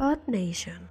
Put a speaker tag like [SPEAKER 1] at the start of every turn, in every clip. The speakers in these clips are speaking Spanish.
[SPEAKER 1] Earth Nation.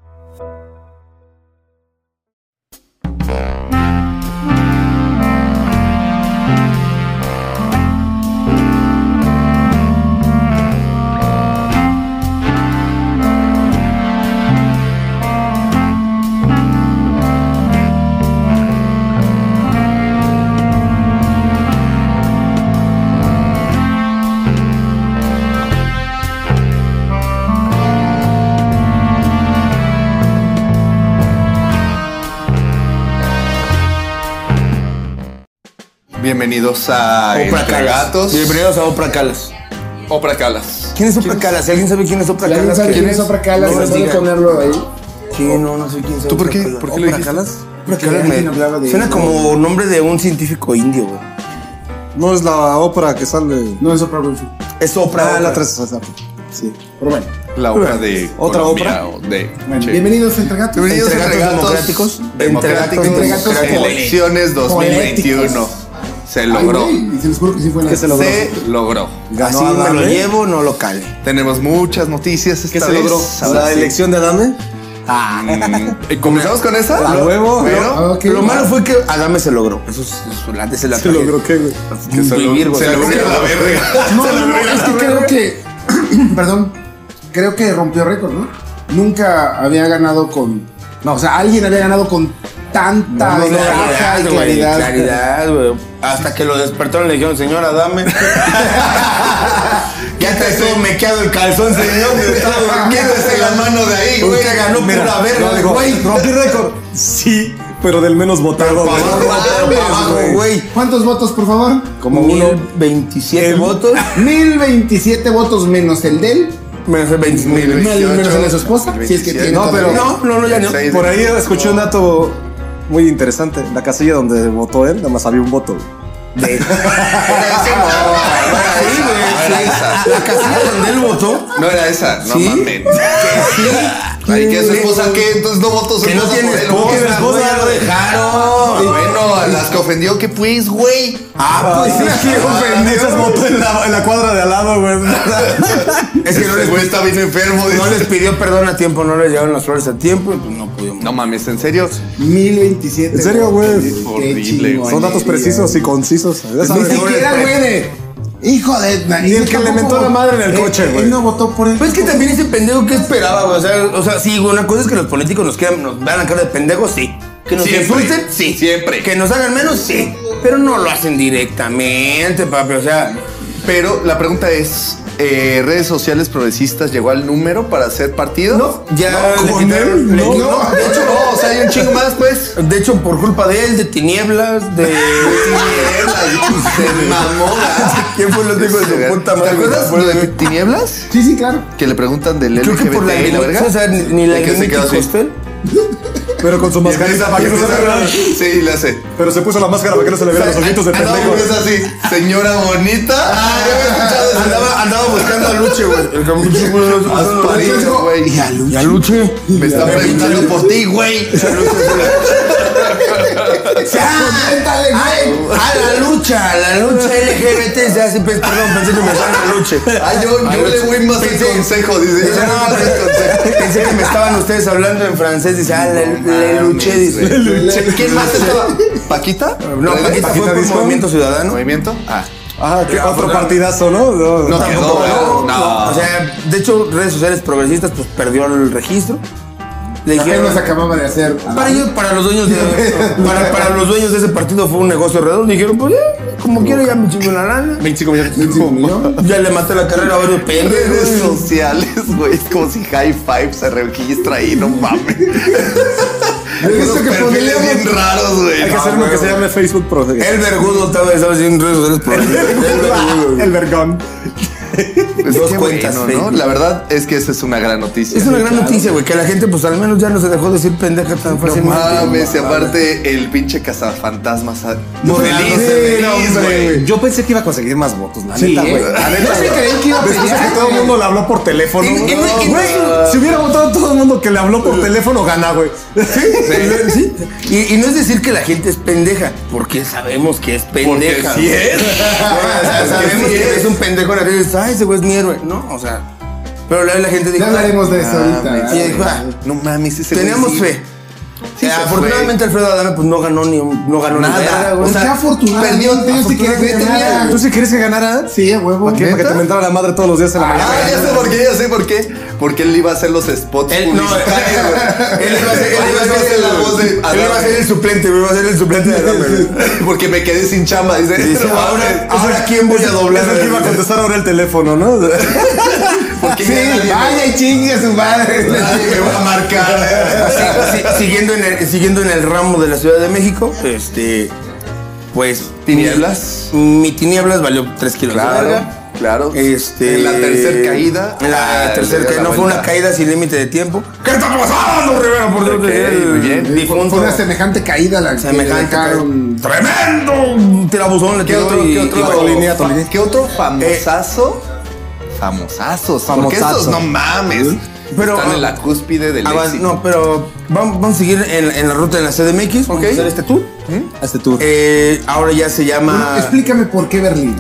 [SPEAKER 2] Bienvenidos a
[SPEAKER 3] Opra
[SPEAKER 2] Entre
[SPEAKER 3] Calas.
[SPEAKER 2] Gatos.
[SPEAKER 3] Bienvenidos a Opra Calas.
[SPEAKER 2] Opra Calas.
[SPEAKER 3] ¿Quién es Opra Calas? Si alguien sabe quién es Opra
[SPEAKER 4] ¿Alguien
[SPEAKER 3] Calas,
[SPEAKER 4] sabe
[SPEAKER 3] que-
[SPEAKER 4] quién es Opra Calas?
[SPEAKER 3] No nos
[SPEAKER 4] Vamos a
[SPEAKER 3] digan.
[SPEAKER 4] ponerlo ahí.
[SPEAKER 3] Sí, no, no sé quién es
[SPEAKER 2] ¿Tú por
[SPEAKER 3] Opra
[SPEAKER 2] qué?
[SPEAKER 3] Calas.
[SPEAKER 2] ¿Por qué lo
[SPEAKER 3] ¿Opra
[SPEAKER 2] dijiste?
[SPEAKER 3] Calas? Opra
[SPEAKER 4] Porque
[SPEAKER 3] Calas
[SPEAKER 4] alguien
[SPEAKER 3] me-
[SPEAKER 4] hablaba de-
[SPEAKER 3] Suena como nombre de un científico indio, güey.
[SPEAKER 5] No es la ópera que sale.
[SPEAKER 4] No es Oprah Winfrey.
[SPEAKER 3] Es Opra.
[SPEAKER 5] Ah, la
[SPEAKER 3] Opra.
[SPEAKER 5] 3 Sí.
[SPEAKER 4] Pero bueno.
[SPEAKER 2] La obra de
[SPEAKER 3] ¿Otra
[SPEAKER 2] Colombia o de
[SPEAKER 4] bueno,
[SPEAKER 2] sí.
[SPEAKER 4] Bienvenidos a Entre Gatos.
[SPEAKER 2] Bienvenidos
[SPEAKER 3] Entre
[SPEAKER 2] a Entre
[SPEAKER 3] Gatos
[SPEAKER 2] Gatos
[SPEAKER 3] Democráticos.
[SPEAKER 2] Democráticos.
[SPEAKER 4] Entre Gatos Democráticos.
[SPEAKER 2] Elecciones 2021. Se
[SPEAKER 4] Ay,
[SPEAKER 2] logró.
[SPEAKER 4] güey, y se les juro que sí fue la
[SPEAKER 5] Que se logró.
[SPEAKER 2] Se logró.
[SPEAKER 5] Ganó
[SPEAKER 3] Así me
[SPEAKER 5] Adame.
[SPEAKER 3] lo llevo, no lo cale.
[SPEAKER 2] Tenemos muchas noticias esta
[SPEAKER 5] ¿Qué se
[SPEAKER 2] vez.
[SPEAKER 5] logró?
[SPEAKER 2] Ahora
[SPEAKER 5] ¿La
[SPEAKER 2] sí.
[SPEAKER 5] elección de Adame?
[SPEAKER 2] Mm, ¿Comenzamos con esa?
[SPEAKER 5] A huevo.
[SPEAKER 2] Pero-
[SPEAKER 4] Ah, ok.
[SPEAKER 3] Lo malo fue que Adame se logró. Eso es. eso, Antes se la
[SPEAKER 5] Se logró que, güey.
[SPEAKER 2] que se
[SPEAKER 3] Vivir,
[SPEAKER 2] lo-
[SPEAKER 3] güey.
[SPEAKER 2] se logró la verga.
[SPEAKER 4] No, no, no, es que creo que. perdón. Creo que rompió récord, ¿no? Nunca había ganado con. No, o sea, alguien había ganado con tanta
[SPEAKER 3] No, no,
[SPEAKER 4] ventaja y
[SPEAKER 3] claridad, güey,
[SPEAKER 4] claridad.
[SPEAKER 3] claridad, güey. Hasta que lo despertaron y le dijeron, señora, dame. ya te estuvo mequeado el calzón, señor.
[SPEAKER 2] Está durmiendo, está la mano de ahí, güey.
[SPEAKER 3] Usted ganó
[SPEAKER 5] Mira,
[SPEAKER 3] pura
[SPEAKER 5] no,
[SPEAKER 3] verga,
[SPEAKER 5] digo,
[SPEAKER 3] güey.
[SPEAKER 5] Rompí récord. Sí, pero del menos votado, güey.
[SPEAKER 3] abajo,
[SPEAKER 5] No
[SPEAKER 3] güey,
[SPEAKER 5] mames,
[SPEAKER 3] abajo,
[SPEAKER 5] güey.
[SPEAKER 3] güey.
[SPEAKER 4] ¿Cuántos votos, por favor?
[SPEAKER 3] Como
[SPEAKER 5] Mil-
[SPEAKER 3] uno, 27
[SPEAKER 5] el-
[SPEAKER 3] votos.
[SPEAKER 4] 1027 votos menos el de él.
[SPEAKER 3] Menos el 20 mil.
[SPEAKER 4] menos el de su esposa, si es que tiene
[SPEAKER 2] No, pero.
[SPEAKER 4] todavía.
[SPEAKER 3] No, no, no, ya no.
[SPEAKER 2] Seis de
[SPEAKER 5] Por ahí
[SPEAKER 2] julio.
[SPEAKER 5] escuché un dato muy interesante. La casilla donde votó él, nada más había un voto. güey.
[SPEAKER 3] Sí,
[SPEAKER 2] No
[SPEAKER 3] güey.
[SPEAKER 2] era
[SPEAKER 3] sí.
[SPEAKER 2] esa.
[SPEAKER 3] La casilla donde él votó.
[SPEAKER 2] No era esa, no
[SPEAKER 3] ¿Sí?
[SPEAKER 2] mames. Ay, que su esposa qué? Entonces no votó su
[SPEAKER 3] Que no
[SPEAKER 2] esposa.
[SPEAKER 3] tiene
[SPEAKER 2] por él,
[SPEAKER 3] esposa,
[SPEAKER 2] ¿o qué?
[SPEAKER 3] güey, ya lo
[SPEAKER 2] Ah,
[SPEAKER 3] dejaron.
[SPEAKER 2] Bueno, a las que ofendió, ¿qué pues, güey?
[SPEAKER 3] Ah, pues sí, sí, ofendió.
[SPEAKER 5] Esas votó en la, en la cuadra de al lado, güey.
[SPEAKER 3] Es que no
[SPEAKER 2] Ese
[SPEAKER 3] les,
[SPEAKER 2] güey está bien enfermo.
[SPEAKER 3] no
[SPEAKER 2] dice.
[SPEAKER 3] les pidió perdón a tiempo, no le llevaron las flores a tiempo y pues no pudimos.
[SPEAKER 2] No mames, ¿en serio?
[SPEAKER 4] 1027.
[SPEAKER 5] ¿En serio, güey?
[SPEAKER 4] votos, qué
[SPEAKER 2] Horrible,
[SPEAKER 4] chingonería.
[SPEAKER 5] Son datos precisos y concisos. Ya
[SPEAKER 4] Ni
[SPEAKER 5] sabes.
[SPEAKER 4] siquiera, güey, de. Hijo de.
[SPEAKER 5] Ni el que le mentó la madre en el coche, güey.
[SPEAKER 4] Eh, Él no votó por él.
[SPEAKER 3] Pues es que también ese pendejo que esperaba, güey. O sea, o sea, sí, güey, una cosa es que los políticos nos quieran, nos vean la cara de pendejos, sí. Que nos
[SPEAKER 2] Siempre,
[SPEAKER 3] insulten, sí.
[SPEAKER 2] siempre.
[SPEAKER 3] Que nos hagan menos, sí. Pero no lo hacen directamente, papi. O sea,
[SPEAKER 2] Pero la pregunta es: eh, ¿redes sociales progresistas llegó al número para ser partido?
[SPEAKER 3] no, ya
[SPEAKER 5] No,
[SPEAKER 3] le
[SPEAKER 5] con
[SPEAKER 3] quitaron- le-
[SPEAKER 5] él, no.
[SPEAKER 3] no, de hecho,
[SPEAKER 2] no, o sea, hay un chingo más, pues.
[SPEAKER 3] no. De hecho, por culpa de él, de tinieblas, de.
[SPEAKER 2] Tinieblas, se mamó.
[SPEAKER 3] ¿Quién fue los hijos de su puta
[SPEAKER 2] ¿Te
[SPEAKER 3] madre?
[SPEAKER 2] acuerdas lo de Tinieblas?
[SPEAKER 4] Sí, sí, claro.
[SPEAKER 2] Que le preguntan del
[SPEAKER 3] Creo que por la
[SPEAKER 2] LGBT y la verga.
[SPEAKER 3] O sea, ni- ni la
[SPEAKER 2] Y que se quedó así.
[SPEAKER 3] hostel.
[SPEAKER 5] Pero con su
[SPEAKER 2] Y
[SPEAKER 5] mascarita
[SPEAKER 2] empieza-
[SPEAKER 5] para
[SPEAKER 2] y
[SPEAKER 5] que no se le
[SPEAKER 2] empieza-
[SPEAKER 5] vean.
[SPEAKER 2] Sí, le hace.
[SPEAKER 5] Pero se puso la máscara para que no se le vean los ojitos de
[SPEAKER 2] Ah, no,
[SPEAKER 5] pendejo.
[SPEAKER 2] porque es así, señora bonita. Ah, ya había escuchado eso.
[SPEAKER 3] Andaba, andaba buscando a Luche, güey. El camucho,
[SPEAKER 2] Asparito, güey.
[SPEAKER 3] Y a Luche.
[SPEAKER 2] Me está preguntando por ti, güey.
[SPEAKER 4] Ah, Coméntale,
[SPEAKER 3] Ay, a la lucha, a la lucha LGBT se hace, pues, perdón, pensé que me estaban a lucha.
[SPEAKER 2] Ah, yo, yo le voy más el consejo, dice. Yo le voy más el consejo.
[SPEAKER 3] Pensé que me estaban ustedes hablando en francés, dice, ah, le, le luché, dice.
[SPEAKER 2] dice. ¿Quién más estaba? ¿Paquita?
[SPEAKER 3] No, Paquita fue por
[SPEAKER 5] Disco?
[SPEAKER 3] Movimiento Ciudadano.
[SPEAKER 2] ¿Movimiento? Ah.
[SPEAKER 5] Ah, qué
[SPEAKER 3] Ya,
[SPEAKER 5] otro
[SPEAKER 3] pues,
[SPEAKER 5] partidazo, ¿no? No,
[SPEAKER 2] No, que-
[SPEAKER 3] Tampoco,
[SPEAKER 2] No,
[SPEAKER 3] no,
[SPEAKER 2] no.
[SPEAKER 3] O sea, de hecho, redes sociales progresistas, pues, perdió el registro. Le
[SPEAKER 4] ¿Qué
[SPEAKER 3] dijeron,
[SPEAKER 4] nos acababa de hacer?
[SPEAKER 3] para ellos, para los dueños de, para, para los dueños de ese partido fue un negocio redondo. Dijeron, pues, eh, como quiera ya me chingo la lana.
[SPEAKER 5] 25 millones.
[SPEAKER 4] ¿25 millones?
[SPEAKER 3] Ya le maté la carrera a varios
[SPEAKER 2] Redes
[SPEAKER 3] pendejos.
[SPEAKER 2] sociales, güey. Es como si High Five se registra ahí, no mames.
[SPEAKER 4] Eso
[SPEAKER 2] Unos
[SPEAKER 4] que
[SPEAKER 2] perfiles bien
[SPEAKER 4] podríamos-
[SPEAKER 2] raros, güey.
[SPEAKER 5] Hay que
[SPEAKER 2] No,
[SPEAKER 5] hacer uno que se llame Facebook Pro.
[SPEAKER 3] El vergudo estaba haciendo redes sociales progresistas. El vergudo, güey.
[SPEAKER 5] El vergón.
[SPEAKER 2] Pues
[SPEAKER 3] Dos
[SPEAKER 2] qué
[SPEAKER 3] cuentas
[SPEAKER 2] bueno, ¿no?
[SPEAKER 3] Facebook.
[SPEAKER 2] La verdad es que esa es una gran noticia.
[SPEAKER 3] Es una gran noticia, güey, que la gente, pues al menos ya no se dejó decir pendeja tan
[SPEAKER 2] No
[SPEAKER 3] fácilmente.
[SPEAKER 2] mames, y aparte el pinche cazafantasmas. a-
[SPEAKER 5] No,
[SPEAKER 2] feliz,
[SPEAKER 5] sí, no,
[SPEAKER 2] feliz,
[SPEAKER 5] hombre,
[SPEAKER 2] güey.
[SPEAKER 5] Yo pensé que iba a conseguir más votos, la
[SPEAKER 4] Sí,
[SPEAKER 5] neta, güey.
[SPEAKER 4] eh.
[SPEAKER 5] La neta,
[SPEAKER 4] Yo sí
[SPEAKER 5] güey.
[SPEAKER 4] creí que iba a
[SPEAKER 5] Después
[SPEAKER 4] pelear,
[SPEAKER 5] de que todo el
[SPEAKER 4] güey.
[SPEAKER 5] mundo le habló por teléfono.
[SPEAKER 3] Y- y- y-
[SPEAKER 5] güey.
[SPEAKER 3] y-
[SPEAKER 5] Güey, Si hubiera votado todo el mundo que le habló por teléfono, gana, güey.
[SPEAKER 3] Sí. Y, y no es decir que la gente es pendeja, porque sabemos que es pendeja.
[SPEAKER 2] sí
[SPEAKER 3] güey.
[SPEAKER 2] es.
[SPEAKER 3] O sea,
[SPEAKER 2] Porque
[SPEAKER 3] sabemos
[SPEAKER 2] sí
[SPEAKER 3] que
[SPEAKER 2] es.
[SPEAKER 3] es un pendejo en la red. Ay, ese güey es mi héroe. No, o sea, Pero la, la gente dijo.
[SPEAKER 4] Ya hablaremos de eso
[SPEAKER 2] Ah,
[SPEAKER 4] ahorita.
[SPEAKER 3] sí, dijo, ah,
[SPEAKER 2] No mames, ese güey
[SPEAKER 3] Teníamos
[SPEAKER 2] sí.
[SPEAKER 3] fe.
[SPEAKER 2] Sí,
[SPEAKER 3] Eh,
[SPEAKER 2] se fue.
[SPEAKER 3] afortunadamente Alfredo Adame pues no ganó ni un- no ganó
[SPEAKER 2] Nada,
[SPEAKER 3] nada.
[SPEAKER 4] Pues qué afortunadamente,
[SPEAKER 2] perdió,
[SPEAKER 4] yo sí quería que
[SPEAKER 2] afortunadamente
[SPEAKER 4] ganara.
[SPEAKER 2] tenía-
[SPEAKER 5] ¿Tú sí quieres que ganara?
[SPEAKER 4] Sí, a huevo.
[SPEAKER 5] ¿Para qué? Para que te mentara la madre todos los días en la mañana.
[SPEAKER 2] Ah, ya sé por qué, ya sé por qué. Porque él iba a hacer los spots
[SPEAKER 3] Él, no,
[SPEAKER 2] publicitarios, güey.
[SPEAKER 3] él iba a ser, él iba a ser
[SPEAKER 2] hacer la voz de
[SPEAKER 3] el, él iba a ser
[SPEAKER 2] Adame.
[SPEAKER 3] el suplente, güey, iba a ser el suplente de Adame. güey.
[SPEAKER 2] Porque me quedé sin chamba, dice. "No,
[SPEAKER 3] ahora,
[SPEAKER 2] mames,
[SPEAKER 3] ahora quién voy a doblar.
[SPEAKER 5] Es el que iba a contestar ahora el teléfono, ¿no?
[SPEAKER 2] porque
[SPEAKER 4] Sí,
[SPEAKER 2] ya nadie me-
[SPEAKER 4] vaya y chingue a su madre.
[SPEAKER 2] nadie me va a marcar.
[SPEAKER 3] Sí, sí, siguiendo, en el, siguiendo en el ramo de la Ciudad de México, este, pues...
[SPEAKER 2] Tinieblas.
[SPEAKER 3] Mi, mi tinieblas valió 3 kilos. de
[SPEAKER 2] Claro,
[SPEAKER 3] verga.
[SPEAKER 2] claro.
[SPEAKER 3] Este,
[SPEAKER 2] En la tercera caída.
[SPEAKER 3] en La
[SPEAKER 2] ah, le
[SPEAKER 3] tercera
[SPEAKER 2] dio
[SPEAKER 3] caída.
[SPEAKER 2] la
[SPEAKER 3] No fue una
[SPEAKER 2] vuelta.
[SPEAKER 3] caída sin límite de tiempo. ¿Qué está pasando, Rivera? Por Dios,
[SPEAKER 2] Ok,
[SPEAKER 3] el
[SPEAKER 2] muy bien.
[SPEAKER 4] Eh, Fue
[SPEAKER 3] Difunto.
[SPEAKER 4] una semejante caída la que le
[SPEAKER 3] Semejante
[SPEAKER 4] dejaron.
[SPEAKER 3] caída. Tremendo tirabuzón le
[SPEAKER 2] ¿Qué
[SPEAKER 3] tiró
[SPEAKER 2] otro,
[SPEAKER 3] y,
[SPEAKER 2] qué otro,
[SPEAKER 3] y-
[SPEAKER 5] Tolinía, Tolinía.
[SPEAKER 2] ¿Qué otro famosazo? famosazos. Porque
[SPEAKER 5] Famosazo.
[SPEAKER 2] estos no mames.
[SPEAKER 3] Pero,
[SPEAKER 2] Están
[SPEAKER 3] ah,
[SPEAKER 2] en la cúspide del
[SPEAKER 3] Avan-
[SPEAKER 2] éxito.
[SPEAKER 3] no, pero vamos, vamos a seguir en, en la ruta en la CDMX. Vamos a
[SPEAKER 2] Ok.
[SPEAKER 3] hacer este tour. Mm,
[SPEAKER 5] Hazte tú.
[SPEAKER 3] Eh, ahora ya se llama.
[SPEAKER 4] Explícame por qué Berlín.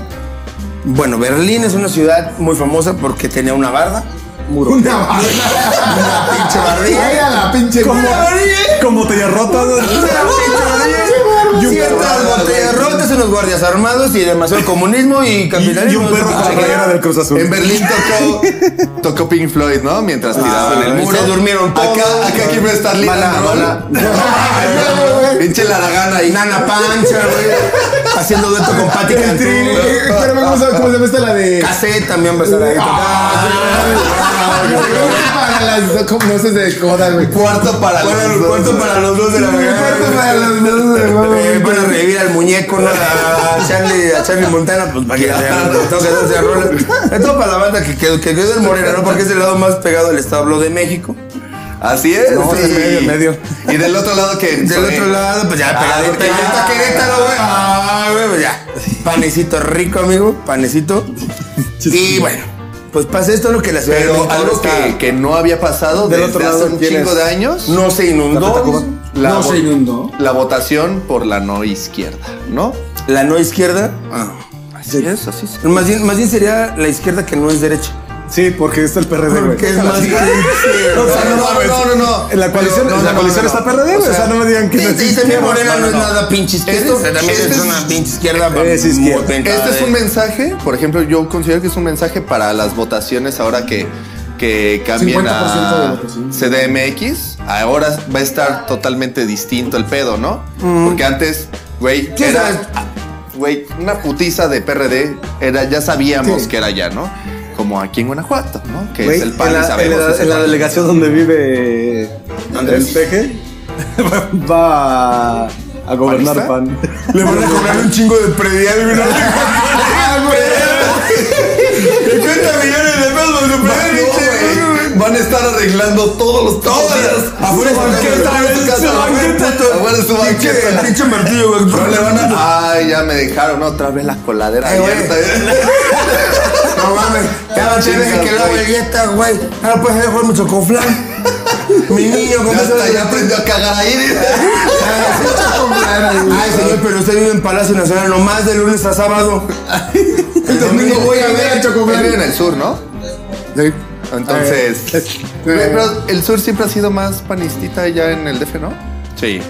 [SPEAKER 3] Bueno, Berlín es una ciudad muy famosa porque tenía una barda.
[SPEAKER 5] Muro.
[SPEAKER 4] Una barrilla.
[SPEAKER 3] Una pinche barrilla.
[SPEAKER 4] Era la pinche
[SPEAKER 5] ¿Cómo?
[SPEAKER 4] barrilla.
[SPEAKER 3] ¿eh?
[SPEAKER 5] Como te rota. ¿no?
[SPEAKER 3] Y un perro
[SPEAKER 2] barda,
[SPEAKER 3] botellas
[SPEAKER 2] güey.
[SPEAKER 3] rotas, unos guardias armados y demasiado comunismo y capitalismo.
[SPEAKER 5] Y un perro
[SPEAKER 3] Ah,
[SPEAKER 5] con la
[SPEAKER 3] sí.
[SPEAKER 5] playera del Cruz Azul.
[SPEAKER 2] En Berlín tocó, tocó Pink Floyd, ¿no? Mientras tiraban el
[SPEAKER 3] y
[SPEAKER 2] muro.
[SPEAKER 3] Ah, se durmieron todos.
[SPEAKER 2] Acá, acá aquí me está
[SPEAKER 3] Bala,
[SPEAKER 2] linda. Pinche laragana
[SPEAKER 3] Y
[SPEAKER 2] y
[SPEAKER 3] Nana Pancha, güey. Haciendo dueto con Patti
[SPEAKER 4] El
[SPEAKER 3] Cantú.
[SPEAKER 4] tri- Pero vamos a ver cómo se llama esta la de. Ah,
[SPEAKER 3] Cassette también va a estar ahí.
[SPEAKER 4] Para las conoces de coda, güey.
[SPEAKER 2] cuarto para
[SPEAKER 3] Bueno,
[SPEAKER 2] los
[SPEAKER 3] el
[SPEAKER 2] dos.
[SPEAKER 3] cuarto para los dos de la mañana.
[SPEAKER 4] Cuarto para los dos de la mañana.
[SPEAKER 3] Eh, Van a revivir al muñeco, ¿no? a, a Charlie, a Charlie Montana, pues para que vean, ¿no? Tengo que hacerse rolas. Esto para la banda que quedó, que quedó en Morena, ¿no? Porque es el lado más pegado al establo de México.
[SPEAKER 2] Así es.
[SPEAKER 5] No, en medio, en medio.
[SPEAKER 2] Eh, Y del otro lado que. Ah,
[SPEAKER 3] Del otro lado, pues ya pegadito.
[SPEAKER 2] porque
[SPEAKER 3] ahí
[SPEAKER 2] ya-
[SPEAKER 3] está Querétaro, güey. Ah, güey, pues ya. Panecito rico, amigo. Panecito. Y bueno, pues pasa esto lo que la ciudad de
[SPEAKER 2] Pero
[SPEAKER 3] México
[SPEAKER 2] algo
[SPEAKER 3] está-
[SPEAKER 2] que, que no había pasado
[SPEAKER 5] Del
[SPEAKER 2] desde
[SPEAKER 5] otro lado,
[SPEAKER 2] hace un
[SPEAKER 5] ¿quién
[SPEAKER 2] chingo
[SPEAKER 5] es?
[SPEAKER 2] de años.
[SPEAKER 3] no se inundó.
[SPEAKER 5] Tacuba.
[SPEAKER 2] La
[SPEAKER 4] No
[SPEAKER 2] vo-
[SPEAKER 4] se inundó.
[SPEAKER 2] La votación por la no izquierda, ¿no?
[SPEAKER 3] La no izquierda.
[SPEAKER 2] Ah, Así es, así es.
[SPEAKER 3] Más bien, más bien sería la izquierda que no es derecha.
[SPEAKER 5] Sí, porque está el PRD, güey.
[SPEAKER 3] Porque es más bien
[SPEAKER 5] O
[SPEAKER 2] No,
[SPEAKER 5] sea, no
[SPEAKER 2] no,
[SPEAKER 5] mames.
[SPEAKER 2] no, no, no.
[SPEAKER 5] En la coalición,
[SPEAKER 2] Pero, no,
[SPEAKER 5] en la
[SPEAKER 2] no,
[SPEAKER 5] coalición
[SPEAKER 2] no, no.
[SPEAKER 5] está PRD, güey. O sea, no me digan que no
[SPEAKER 3] Sí,
[SPEAKER 5] existe.
[SPEAKER 3] también Morena
[SPEAKER 2] no,
[SPEAKER 3] no es
[SPEAKER 2] no, no.
[SPEAKER 3] nada pinche izquierda.
[SPEAKER 2] Esto-
[SPEAKER 3] o sea, también
[SPEAKER 2] este
[SPEAKER 3] es
[SPEAKER 2] es-
[SPEAKER 3] una pinche izquierda.
[SPEAKER 5] Es izquierda.
[SPEAKER 3] muy pentada
[SPEAKER 2] Este es
[SPEAKER 3] de-
[SPEAKER 2] un mensaje, por ejemplo, yo considero que es un mensaje para las votaciones ahora que, que cambien
[SPEAKER 4] 50% de
[SPEAKER 2] a
[SPEAKER 4] votación.
[SPEAKER 2] CDMX. Ahora va a estar totalmente distinto el pedo, ¿no?
[SPEAKER 5] Mm.
[SPEAKER 2] Porque antes, güey,
[SPEAKER 3] Sí, sabes.
[SPEAKER 2] era güey, una putiza de PRD, era, ya sabíamos
[SPEAKER 4] Sí.
[SPEAKER 2] que era ya, ¿no? Como aquí en Guanajuato, ¿no? Que
[SPEAKER 5] Güey,
[SPEAKER 2] es el pan
[SPEAKER 5] en
[SPEAKER 2] y
[SPEAKER 5] la,
[SPEAKER 2] sabemos.
[SPEAKER 5] en
[SPEAKER 2] que
[SPEAKER 5] la-
[SPEAKER 2] es el
[SPEAKER 5] en la
[SPEAKER 2] PAN.
[SPEAKER 5] delegación donde vive Andrés Peje va a, a gobernar
[SPEAKER 2] ¿Panista?
[SPEAKER 5] PAN.
[SPEAKER 3] Le van a cobrar un chingo de predial, güey. ¿no? Que cuenta millones de pesos por su predial,
[SPEAKER 2] No,
[SPEAKER 3] pinche, güey.
[SPEAKER 2] güey, Van a estar arreglando todos los
[SPEAKER 3] Todas
[SPEAKER 2] días.
[SPEAKER 3] las- afuera de su
[SPEAKER 2] Banqueta,
[SPEAKER 3] casa,
[SPEAKER 2] afuera de su
[SPEAKER 3] su
[SPEAKER 2] casa,
[SPEAKER 3] banqueta.
[SPEAKER 2] afuera de su
[SPEAKER 3] Pinche-
[SPEAKER 2] banqueta.
[SPEAKER 3] Pinche martillo, güey. Ah,
[SPEAKER 2] No le van a. Ay, ya me dejaron otra vez la coladera
[SPEAKER 3] Ay, Eh, güey.
[SPEAKER 2] abierta.
[SPEAKER 3] No mames, Ah, ya te deje que la galleta, güey. Ah, pues, Ahora puedes dejar mucho chocoflan. Mi niño, con
[SPEAKER 2] Ya,
[SPEAKER 3] eso
[SPEAKER 2] está, ya aprendió a cagar ahí.
[SPEAKER 3] Eh. Ay, señor, pero usted vive en Palacio Nacional nomás de lunes a sábado. El domingo voy a ver a
[SPEAKER 2] Él vive en
[SPEAKER 3] Chocoflan.
[SPEAKER 2] el sur, ¿no?
[SPEAKER 4] Sí.
[SPEAKER 2] Entonces. Güey, Pero el sur siempre ha sido más panistita ya en el DF, ¿no? Sí.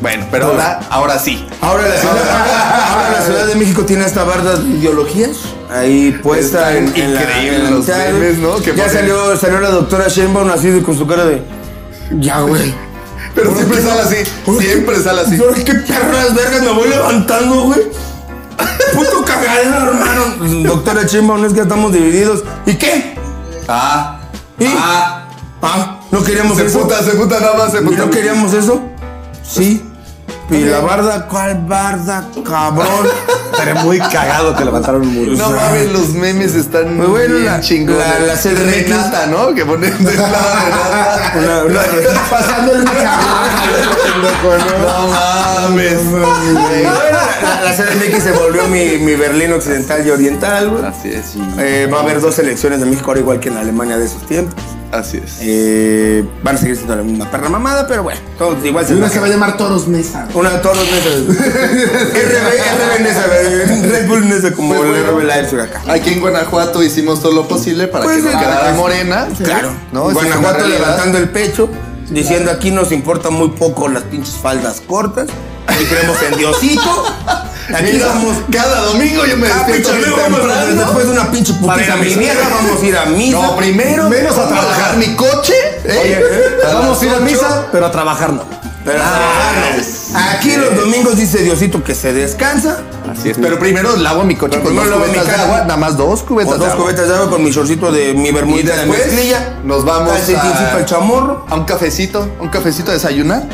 [SPEAKER 2] Bueno, pero ahora, ahora sí.
[SPEAKER 3] Ahora la, ciudad, ahora la Ciudad de México tiene esta barda de ideologías ahí puesta en,
[SPEAKER 2] Están
[SPEAKER 3] en la-
[SPEAKER 2] increíbles
[SPEAKER 3] en la
[SPEAKER 2] los
[SPEAKER 3] mitad,
[SPEAKER 2] memes, ¿no? Que
[SPEAKER 3] ya
[SPEAKER 2] ponen-
[SPEAKER 3] salió, salió la doctora Sheinbaum así de- con su cara de... Ya, güey.
[SPEAKER 2] Pero siempre sale así. Siempre sale así.
[SPEAKER 3] Yo, ¿Qué perras vergas me voy levantando, güey? Puto cagadero, hermano. Doctora Chimba, no es que estamos divididos. ¿Y qué?
[SPEAKER 2] Ah.
[SPEAKER 3] ¿Y?
[SPEAKER 2] Ah.
[SPEAKER 3] Ah, ¿no queríamos
[SPEAKER 2] Se
[SPEAKER 3] eso?
[SPEAKER 2] puta, se puta nada más, se
[SPEAKER 3] ¿Y no
[SPEAKER 2] puta.
[SPEAKER 3] queríamos eso? Sí. ¿Y la barda? ¿Cuál barda, cabrón?
[SPEAKER 5] Estaré muy cagado que levantaron un muro.
[SPEAKER 2] No mames, los memes están
[SPEAKER 3] Muy Pues, ah. bueno,
[SPEAKER 2] bien
[SPEAKER 3] la-
[SPEAKER 2] chingones.
[SPEAKER 3] la- la CDMX.
[SPEAKER 2] Renata, ¿no? Que ponen de Renata.
[SPEAKER 3] Una- una-
[SPEAKER 4] Pasando el
[SPEAKER 2] No mames.
[SPEAKER 3] Bueno, la, la CDMX se volvió mi, mi Berlín occidental y oriental, güey.
[SPEAKER 2] Así es.
[SPEAKER 3] Eh, va a haber dos elecciones de México ahora igual que en Alemania de esos tiempos.
[SPEAKER 2] Así es.
[SPEAKER 3] Eh, van a seguir siendo la misma perra mamada, pero bueno, todos igual
[SPEAKER 4] Y
[SPEAKER 3] se
[SPEAKER 4] una
[SPEAKER 3] bajan.
[SPEAKER 4] se va a llamar Toros Mesa.
[SPEAKER 3] Una de todos los meses. RB, RB Nesa, güey. Red Bull Nesa, como
[SPEAKER 2] Pues,
[SPEAKER 3] el
[SPEAKER 2] bueno.
[SPEAKER 3] RB Live Suracá.
[SPEAKER 2] Aquí en Guanajuato hicimos todo lo posible para
[SPEAKER 3] Pues,
[SPEAKER 2] que
[SPEAKER 3] sí,
[SPEAKER 2] nos quedara
[SPEAKER 3] claro.
[SPEAKER 2] morena.
[SPEAKER 3] Claro,
[SPEAKER 2] ¿no? Esa es una
[SPEAKER 3] Guanajuato
[SPEAKER 2] realidad.
[SPEAKER 3] levantando el pecho, diciendo aquí nos importan muy poco las pinches faldas cortas, aquí creemos en Diosito,
[SPEAKER 2] Mira,
[SPEAKER 3] aquí
[SPEAKER 2] este,
[SPEAKER 3] vamos.
[SPEAKER 2] cada domingo yo me
[SPEAKER 3] Ah,
[SPEAKER 2] despierto
[SPEAKER 3] pinche,
[SPEAKER 2] bien
[SPEAKER 3] luego vamos a-
[SPEAKER 2] temprano.
[SPEAKER 3] después de una pinche
[SPEAKER 2] Para ir
[SPEAKER 3] putiza
[SPEAKER 2] a misa.
[SPEAKER 3] mierda, vamos a ir a misa.
[SPEAKER 2] No, primero
[SPEAKER 5] Menos a
[SPEAKER 2] trabajar mi coche. ¿eh?
[SPEAKER 5] Oye,
[SPEAKER 2] las
[SPEAKER 5] vamos a ir a
[SPEAKER 2] ocho.
[SPEAKER 5] misa, pero a trabajar no.
[SPEAKER 3] Pero-
[SPEAKER 2] Ah,
[SPEAKER 3] aquí los domingos dice Diosito que se descansa,
[SPEAKER 2] Así es, pero primero lavo mi coche
[SPEAKER 3] Pero
[SPEAKER 2] con dos
[SPEAKER 3] primero lavo mi
[SPEAKER 2] cubetas de
[SPEAKER 3] cara.
[SPEAKER 2] agua, nada más dos cubetas
[SPEAKER 3] con
[SPEAKER 2] de
[SPEAKER 3] dos
[SPEAKER 2] agua.
[SPEAKER 3] cubetas de agua con mi shortcito de mi
[SPEAKER 2] Y
[SPEAKER 3] bermudita de
[SPEAKER 2] después
[SPEAKER 3] mezclilla,
[SPEAKER 2] nos vamos
[SPEAKER 3] calcetincito
[SPEAKER 2] a,
[SPEAKER 3] al chamorro,
[SPEAKER 2] a un cafecito, a un cafecito a desayunar.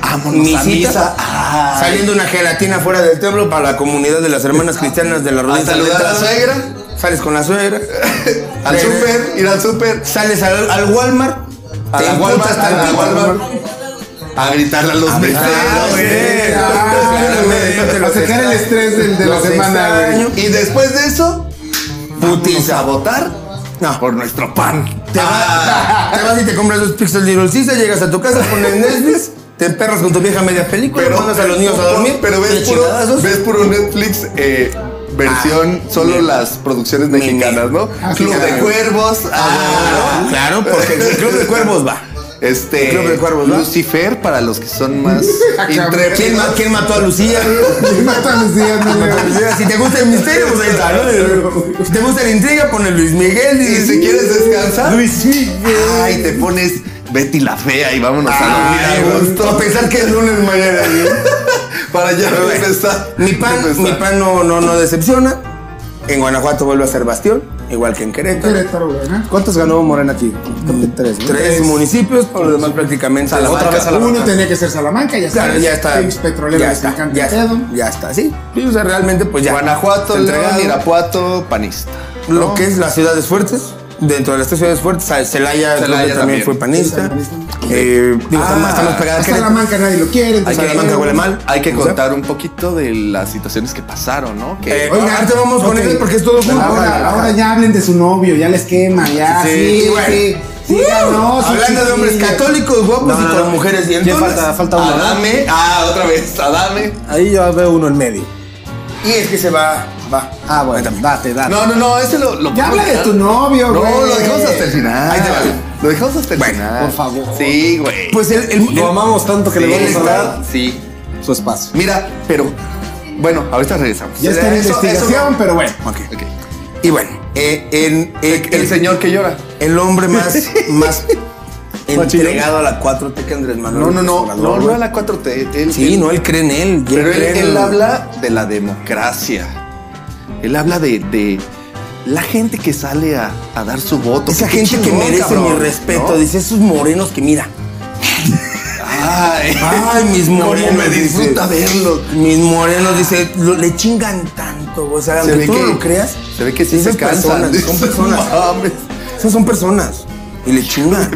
[SPEAKER 2] Vámonos a
[SPEAKER 3] misita,
[SPEAKER 2] misa. Ay.
[SPEAKER 3] saliendo una gelatina fuera del templo para la comunidad de las hermanas cristianas de la
[SPEAKER 2] a
[SPEAKER 3] rodilla.
[SPEAKER 2] saludar a la
[SPEAKER 3] Salidas.
[SPEAKER 2] suegra,
[SPEAKER 3] Sales con la suegra.
[SPEAKER 2] al
[SPEAKER 3] Regres-
[SPEAKER 2] súper, ir al súper,
[SPEAKER 3] Sales al, al Walmart.
[SPEAKER 2] a
[SPEAKER 3] te
[SPEAKER 2] la
[SPEAKER 3] emputas
[SPEAKER 2] Walmart, a la
[SPEAKER 3] tantito.
[SPEAKER 2] Walmart, a gritarle a los
[SPEAKER 3] Ah,
[SPEAKER 2] meseros.
[SPEAKER 3] güey.
[SPEAKER 2] ¿eh?
[SPEAKER 3] Claramente,
[SPEAKER 4] A
[SPEAKER 3] los
[SPEAKER 4] sacar
[SPEAKER 3] extraño.
[SPEAKER 4] el estrés del- de la
[SPEAKER 3] Los
[SPEAKER 4] semana, güey.
[SPEAKER 3] extraño.
[SPEAKER 2] Y después de eso, putiza a
[SPEAKER 3] Putiza.
[SPEAKER 2] votar
[SPEAKER 3] No.
[SPEAKER 2] por nuestro pan. Ah.
[SPEAKER 3] Te, va- te vas y te compras dos pixels de Irulcisa, llegas a tu casa, pones Netflix, te emperras con tu vieja media película, mandas a los niños a dormir.
[SPEAKER 2] Pero
[SPEAKER 3] y
[SPEAKER 2] ves puro,
[SPEAKER 3] chingadazos. Ah,
[SPEAKER 2] ves puro Netflix eh, versión solo las producciones
[SPEAKER 3] Meme.
[SPEAKER 2] mexicanas, ¿no?
[SPEAKER 4] Ah, sí,
[SPEAKER 2] Club de
[SPEAKER 4] claro.
[SPEAKER 2] Cuervos. ah,
[SPEAKER 3] Ah, claro, porque el Club de Cuervos va.
[SPEAKER 2] Este,
[SPEAKER 3] Club de Cuervos, Ah, ¿no?
[SPEAKER 2] Lucifer, para los que son más
[SPEAKER 3] ¿Quién,
[SPEAKER 2] intrépidos.
[SPEAKER 3] ma- quién mató a Lucía?
[SPEAKER 4] Mata a los días, no le-
[SPEAKER 3] Si te gusta el misterio, pues ahí está, ¿no? Si te gusta la intriga, pone Luis Miguel.
[SPEAKER 2] Y si quieres descansar,
[SPEAKER 3] Luis Miguel.
[SPEAKER 2] ay, te pones Betty la fea y vámonos a
[SPEAKER 3] Ay,
[SPEAKER 2] dormir a gusto.
[SPEAKER 3] A pesar que es lunes mañana. güey.
[SPEAKER 2] Para ya
[SPEAKER 3] Pero bueno,
[SPEAKER 2] regresar.
[SPEAKER 3] Mi pan,
[SPEAKER 2] Regresar.
[SPEAKER 3] mi pan no, no, no decepciona. En Guanajuato vuelve a ser bastión, igual que en Querétaro.
[SPEAKER 4] Querétaro, güey, ¿no?
[SPEAKER 5] ¿Cuántos ganó Morena aquí? Creo que tres. ¿no?
[SPEAKER 3] Mm, Tres municipios, por lo demás prácticamente a la
[SPEAKER 5] Otra vez a la-
[SPEAKER 4] Uno tenía que ser Salamanca, ya
[SPEAKER 3] Claro,
[SPEAKER 4] sabes,
[SPEAKER 3] ya está.
[SPEAKER 4] pinches petroleros
[SPEAKER 3] ya
[SPEAKER 4] les
[SPEAKER 3] está,
[SPEAKER 4] encanta
[SPEAKER 3] ya
[SPEAKER 4] el
[SPEAKER 3] está,
[SPEAKER 4] pedo.
[SPEAKER 3] ya está, sí. Sí, o sea, realmente, pues ya.
[SPEAKER 2] Guanajuato,
[SPEAKER 3] Está
[SPEAKER 2] León,
[SPEAKER 3] entregado.
[SPEAKER 2] Irapuato, panista.
[SPEAKER 3] Lo que es las ciudades fuertes. Dentro de las tres ciudades fuertes, Celaya, creo que
[SPEAKER 2] Celaya
[SPEAKER 3] también
[SPEAKER 2] también.
[SPEAKER 3] fue panista.
[SPEAKER 4] Sí,
[SPEAKER 3] Eh, digo,
[SPEAKER 2] Ah,
[SPEAKER 3] estamos pegadas a
[SPEAKER 4] Hasta
[SPEAKER 3] Querétaro.
[SPEAKER 4] Salamanca nadie lo quiere. entonces-
[SPEAKER 3] Salamanca huele mal.
[SPEAKER 2] Hay que
[SPEAKER 3] O sea,
[SPEAKER 2] contar un poquito de las situaciones que pasaron, ¿no? Que
[SPEAKER 3] Eh, Oiga, ahorita vamos con
[SPEAKER 4] ok.
[SPEAKER 3] eso porque es todo junto.
[SPEAKER 4] Ahora, ahora ya hablen de su novio, ya les quema, ya.
[SPEAKER 3] Sí,
[SPEAKER 4] Sí, sí.
[SPEAKER 3] bueno.
[SPEAKER 4] sí, ya no, Ah, sí,
[SPEAKER 3] Hablando de
[SPEAKER 4] sí,
[SPEAKER 3] hombres
[SPEAKER 4] sí.
[SPEAKER 3] católicos, guapos
[SPEAKER 5] No, no,
[SPEAKER 3] y con
[SPEAKER 5] no.
[SPEAKER 3] mujeres
[SPEAKER 5] ¿Quién
[SPEAKER 3] dientonas.
[SPEAKER 5] falta? Falta uno. ¿no?
[SPEAKER 2] Adame, ah, otra vez, Adame.
[SPEAKER 5] Ahí yo veo uno en medio.
[SPEAKER 3] Y es que se va, va.
[SPEAKER 5] Ah, bueno, date, date.
[SPEAKER 2] No, no, no, ese lo, lo
[SPEAKER 4] Ya habla de tu novio,
[SPEAKER 2] No,
[SPEAKER 4] güey.
[SPEAKER 2] lo dejamos hasta el final.
[SPEAKER 3] Ahí te va.
[SPEAKER 2] Lo dejamos hasta el
[SPEAKER 3] Bueno,
[SPEAKER 2] final.
[SPEAKER 5] por favor.
[SPEAKER 2] Sí, güey.
[SPEAKER 3] Pues el, el,
[SPEAKER 5] Lo amamos tanto que
[SPEAKER 2] Sí,
[SPEAKER 5] le vamos a
[SPEAKER 2] está-
[SPEAKER 5] dar
[SPEAKER 2] Sí.
[SPEAKER 5] su espacio.
[SPEAKER 2] Mira, pero. Bueno, ahorita regresamos.
[SPEAKER 4] Ya está en
[SPEAKER 2] Eso- eso
[SPEAKER 4] investigación,
[SPEAKER 2] no-
[SPEAKER 4] pero bueno.
[SPEAKER 3] Ok.
[SPEAKER 2] Ok.
[SPEAKER 3] Y bueno, eh, en- eh,
[SPEAKER 2] El señor que llora.
[SPEAKER 3] el hombre más, más entregado a la 4T que Andrés Manuel.
[SPEAKER 2] No, no, no.
[SPEAKER 3] Obrador,
[SPEAKER 2] No, no
[SPEAKER 3] güey.
[SPEAKER 2] a la 4T. él-
[SPEAKER 3] Sí,
[SPEAKER 2] él-
[SPEAKER 3] no, él cree en él. y
[SPEAKER 2] Pero él,
[SPEAKER 3] cree en
[SPEAKER 2] él habla de la democracia. Él habla de, de la gente que sale a, a dar su voto.
[SPEAKER 3] Esa
[SPEAKER 2] Qué
[SPEAKER 3] gente que
[SPEAKER 2] chingón,
[SPEAKER 3] merece
[SPEAKER 2] cabrón,
[SPEAKER 3] mi respeto.
[SPEAKER 2] ¿no?
[SPEAKER 3] Dice, esos morenos que mira.
[SPEAKER 2] Ay,
[SPEAKER 3] Ay, mis
[SPEAKER 2] cómo
[SPEAKER 3] morenos.
[SPEAKER 2] me
[SPEAKER 3] dice.
[SPEAKER 2] disfruta verlo.
[SPEAKER 3] Mis morenos, dice, lo- le chingan tanto. O sea,
[SPEAKER 2] Se
[SPEAKER 3] aunque
[SPEAKER 2] ve
[SPEAKER 3] tú no
[SPEAKER 2] que-
[SPEAKER 3] lo creas.
[SPEAKER 2] se ve que sí
[SPEAKER 3] esas
[SPEAKER 2] se cansan.
[SPEAKER 3] personas, Son personas.
[SPEAKER 2] Mames.
[SPEAKER 3] Esas son personas. Y le chingan.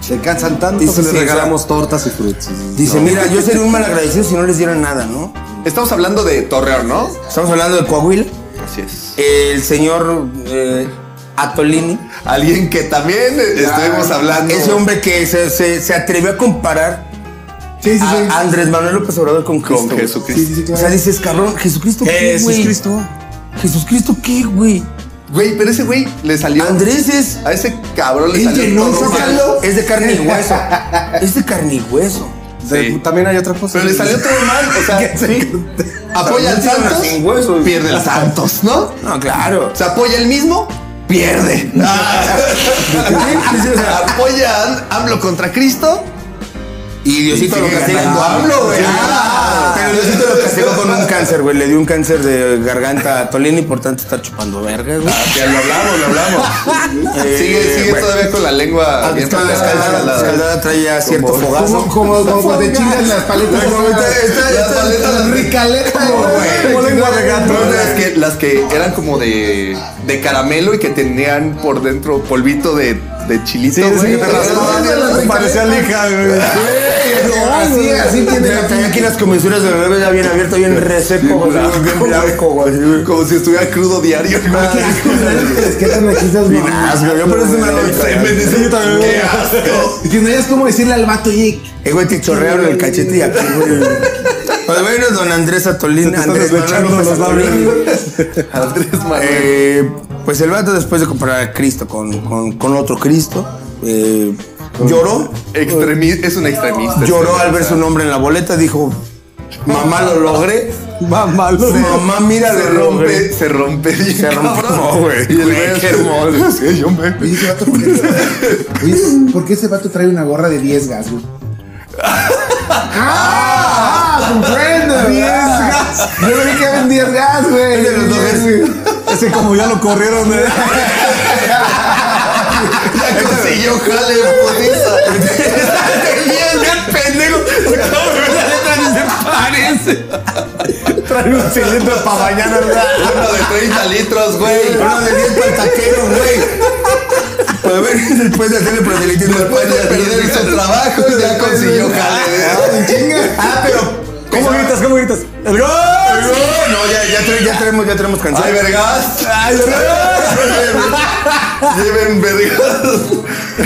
[SPEAKER 5] Se cansan tanto
[SPEAKER 3] Dice,
[SPEAKER 5] que
[SPEAKER 3] sí,
[SPEAKER 5] le regalamos tortas y frutas.
[SPEAKER 3] Dice, mira, yo sería un mal agradecido si no les dieran nada, ¿no?
[SPEAKER 2] Estamos hablando de Torreón, ¿no?
[SPEAKER 3] Estamos hablando de Coahuila.
[SPEAKER 2] Así es.
[SPEAKER 3] El señor eh, Atolini.
[SPEAKER 2] Alguien que también estuvimos hablando.
[SPEAKER 3] Ese hombre que se, se- se atrevió a comparar
[SPEAKER 4] Sí, sí, sí.
[SPEAKER 3] a Andrés Manuel López Obrador con Cristo.
[SPEAKER 2] con
[SPEAKER 3] güey.
[SPEAKER 2] Jesucristo.
[SPEAKER 4] Sí, sí, sí,
[SPEAKER 3] O
[SPEAKER 4] claro.
[SPEAKER 3] sea, dices, cabrón, ¿Jesucristo qué, güey? ¿Jesucristo qué, güey?
[SPEAKER 2] Güey, pero ese güey le salió.
[SPEAKER 3] Andrés es,
[SPEAKER 2] A ese cabrón le
[SPEAKER 4] Él
[SPEAKER 2] salió.
[SPEAKER 4] llenó
[SPEAKER 2] todo
[SPEAKER 4] el
[SPEAKER 2] mal.
[SPEAKER 4] zócalo.
[SPEAKER 3] es de carne y hueso. es de carne y hueso.
[SPEAKER 5] De-
[SPEAKER 2] Sí.
[SPEAKER 5] También hay otra cosa.
[SPEAKER 2] Pero le salió todo mal. O sea, sí. apoya al
[SPEAKER 3] Salió
[SPEAKER 2] Santos,
[SPEAKER 3] sin huesos.
[SPEAKER 2] pierde el Santos, ¿no?
[SPEAKER 3] No, claro.
[SPEAKER 2] Se apoya el mismo, pierde. apoya a AMLO contra Cristo.
[SPEAKER 3] Y Diosito
[SPEAKER 2] Y
[SPEAKER 3] lo
[SPEAKER 2] sigue
[SPEAKER 3] castiga
[SPEAKER 2] ganando.
[SPEAKER 3] con hablo, güey.
[SPEAKER 2] Sí.
[SPEAKER 3] Ah, Pero Diosito lo castigó con un cáncer, güey. Le dio un cáncer de garganta a Tolini, por tanto está chupando verga, güey.
[SPEAKER 2] Ah, Ya lo hablamos, lo hablamos.
[SPEAKER 3] Eh,
[SPEAKER 2] sigue sigue
[SPEAKER 3] bueno.
[SPEAKER 2] todavía con la lengua bien
[SPEAKER 3] Escaldada,
[SPEAKER 2] rascada, la-
[SPEAKER 3] escaldada, escaldada traía cierto
[SPEAKER 4] Como,
[SPEAKER 3] fogazo.
[SPEAKER 4] como, como cuando te chingas las paletas.
[SPEAKER 3] Güey, como está- está-
[SPEAKER 4] las
[SPEAKER 2] está-
[SPEAKER 4] paletas ricaletas.
[SPEAKER 2] güey.
[SPEAKER 4] Como lengua de gato.
[SPEAKER 2] No, las que, las que eran como de, de caramelo y que tenían por dentro polvito de, de chilito,
[SPEAKER 5] Sí, sí,
[SPEAKER 2] güey.
[SPEAKER 5] que te raspaban.
[SPEAKER 2] Esas eran las
[SPEAKER 5] Parecía lija, güey.
[SPEAKER 2] Güey,
[SPEAKER 3] así, así tiene la tenía aquí las comisuras de la nave ya bien abierto, bien reseco, güey,
[SPEAKER 2] blanco.
[SPEAKER 3] bien blanco, güey.
[SPEAKER 2] Como si estuviera crudo diario.
[SPEAKER 3] Ah,
[SPEAKER 2] güey.
[SPEAKER 4] Es que tan machistas,
[SPEAKER 3] Bien
[SPEAKER 4] mamá.
[SPEAKER 3] asco, yo por eso me
[SPEAKER 2] El semen, dice, ¡Qué asco!
[SPEAKER 4] Y que no es como decirle al vato, oye,
[SPEAKER 3] Eh, güey, te chorrearon el cachete y aquí, güey. Pues bueno, don Andrés Atolín.
[SPEAKER 5] están
[SPEAKER 3] Andrés
[SPEAKER 5] deslechando
[SPEAKER 3] Manuel
[SPEAKER 5] los
[SPEAKER 3] López
[SPEAKER 5] labios.
[SPEAKER 3] Atolín, güey.
[SPEAKER 2] Andrés Manuel.
[SPEAKER 3] Eh, pues el vato después de comparar a Cristo con, con- con otro Cristo, eh, lloró,
[SPEAKER 2] Extremi- es un extremista.
[SPEAKER 3] lloró al ver su nombre en la boleta, dijo, mamá lo logré,
[SPEAKER 5] Va mal.
[SPEAKER 3] mamá mira
[SPEAKER 2] Se
[SPEAKER 3] lo
[SPEAKER 2] rompe,
[SPEAKER 3] logré.
[SPEAKER 2] se rompe bien,
[SPEAKER 3] Se rompe,
[SPEAKER 2] cabrón.
[SPEAKER 3] no, güey.
[SPEAKER 2] Y el
[SPEAKER 3] Güey,
[SPEAKER 2] güey así-
[SPEAKER 3] qué hermoso.
[SPEAKER 2] Es que yo me-
[SPEAKER 4] oye, ese vato, ¿por qué, oye, ¿por qué ese vato trae una gorra de 10 gas, güey? ¡Ah! ¡Comprendo! ¡10 gas! Yo creí que eran 10 gas, güey.
[SPEAKER 3] de los dos gas.
[SPEAKER 5] Es que como ya lo corrieron, ¿eh?
[SPEAKER 2] Ya consiguió Ah, jale putiza.
[SPEAKER 3] Bien, bien pendejo, acabo de ver la letra ni se parece.
[SPEAKER 5] Traen un cilindro para mañana, ¿verdad?
[SPEAKER 2] Uno de 30 litros, güey.
[SPEAKER 3] Uno de 10 pantaqueros, güey. Pues ver, después de hacerle proselitismo,
[SPEAKER 2] Después de perder su trabajo, ya consiguió jale.
[SPEAKER 3] Ah, pero...
[SPEAKER 5] ¿Cómo gritas? ¿Cómo gritas? ¡El gol!
[SPEAKER 3] No, ya, ya, tra- ya tenemos, ya tenemos canción.
[SPEAKER 2] ¡Ay, vergas!
[SPEAKER 3] Ay,
[SPEAKER 2] Lleven vergas.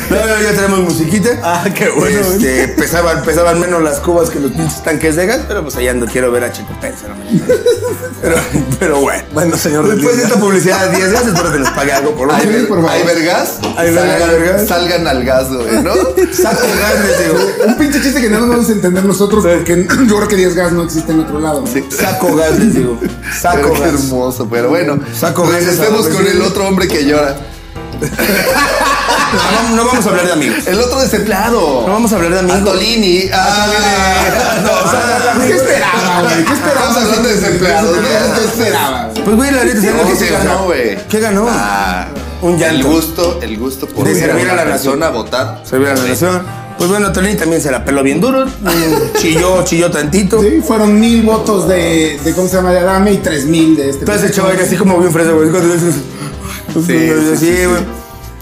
[SPEAKER 3] No, no, ya tenemos musiquita.
[SPEAKER 5] Ah, qué bueno.
[SPEAKER 3] Este, pesaban, pesaban menos las cubas que los pinches tanques de gas, pero pues allá ando, quiero ver a Chico Pérez. ¿no? Pero, pero bueno.
[SPEAKER 5] Bueno, señor de
[SPEAKER 3] Después de
[SPEAKER 5] Linda.
[SPEAKER 3] esta publicidad de 10 gas, espero que les pague algo por
[SPEAKER 2] Ay,
[SPEAKER 3] ver.
[SPEAKER 4] ver- por favor.
[SPEAKER 2] ay, vergas.
[SPEAKER 3] Ay, vergas,
[SPEAKER 2] Salgan-
[SPEAKER 3] vergas.
[SPEAKER 2] Salgan al gas, güey, ¿no?
[SPEAKER 3] Saco gas, les digo.
[SPEAKER 4] Un pinche chiste que no nos vamos a entender nosotros porque yo creo que 10 gas no existe en otro lado. güey.
[SPEAKER 3] Saco gas, les digo. Saco
[SPEAKER 2] Pero qué
[SPEAKER 3] gas.
[SPEAKER 2] hermoso, pero bueno.
[SPEAKER 3] Saco
[SPEAKER 2] nos
[SPEAKER 3] gas a
[SPEAKER 2] estemos
[SPEAKER 3] la
[SPEAKER 2] con el
[SPEAKER 3] vecina.
[SPEAKER 2] otro hombre que llora.
[SPEAKER 3] No, vamos- no vamos a hablar de amigos.
[SPEAKER 2] El otro desempleado.
[SPEAKER 3] No vamos a hablar de amigos.
[SPEAKER 2] Antolini. Ah, no, o sea,
[SPEAKER 4] ¿Qué esperaba, güey? ¿Qué esperaba?
[SPEAKER 2] Estamos hablando de desempleados, ¿no?
[SPEAKER 4] ¿Qué esperaba? güey?
[SPEAKER 3] Pues güey, la neta, ¿sabes
[SPEAKER 2] No,
[SPEAKER 3] qué
[SPEAKER 2] sí
[SPEAKER 3] se
[SPEAKER 2] ganó,
[SPEAKER 3] ganó,
[SPEAKER 2] güey.
[SPEAKER 3] ¿Qué ganó?
[SPEAKER 2] Ah,
[SPEAKER 3] Un
[SPEAKER 2] El
[SPEAKER 3] llanto.
[SPEAKER 2] gusto, el gusto por
[SPEAKER 3] De
[SPEAKER 2] ver
[SPEAKER 3] servir a
[SPEAKER 2] una
[SPEAKER 3] la
[SPEAKER 2] persona a votar.
[SPEAKER 3] Se ve la
[SPEAKER 2] Sí.
[SPEAKER 3] relación. Pues bueno, Tolini también se la peló bien duro. mm, Chilló, chilló tantito.
[SPEAKER 4] Sí, fueron mil votos de, de ¿cómo se llama? De Adame y tres mil de este.
[SPEAKER 3] Entonces el chaval era así como bien fresco, güey. Cuando dices, pues,
[SPEAKER 2] Sí,
[SPEAKER 3] no,
[SPEAKER 2] sí,
[SPEAKER 3] así,
[SPEAKER 2] sí,
[SPEAKER 3] güey. Eh,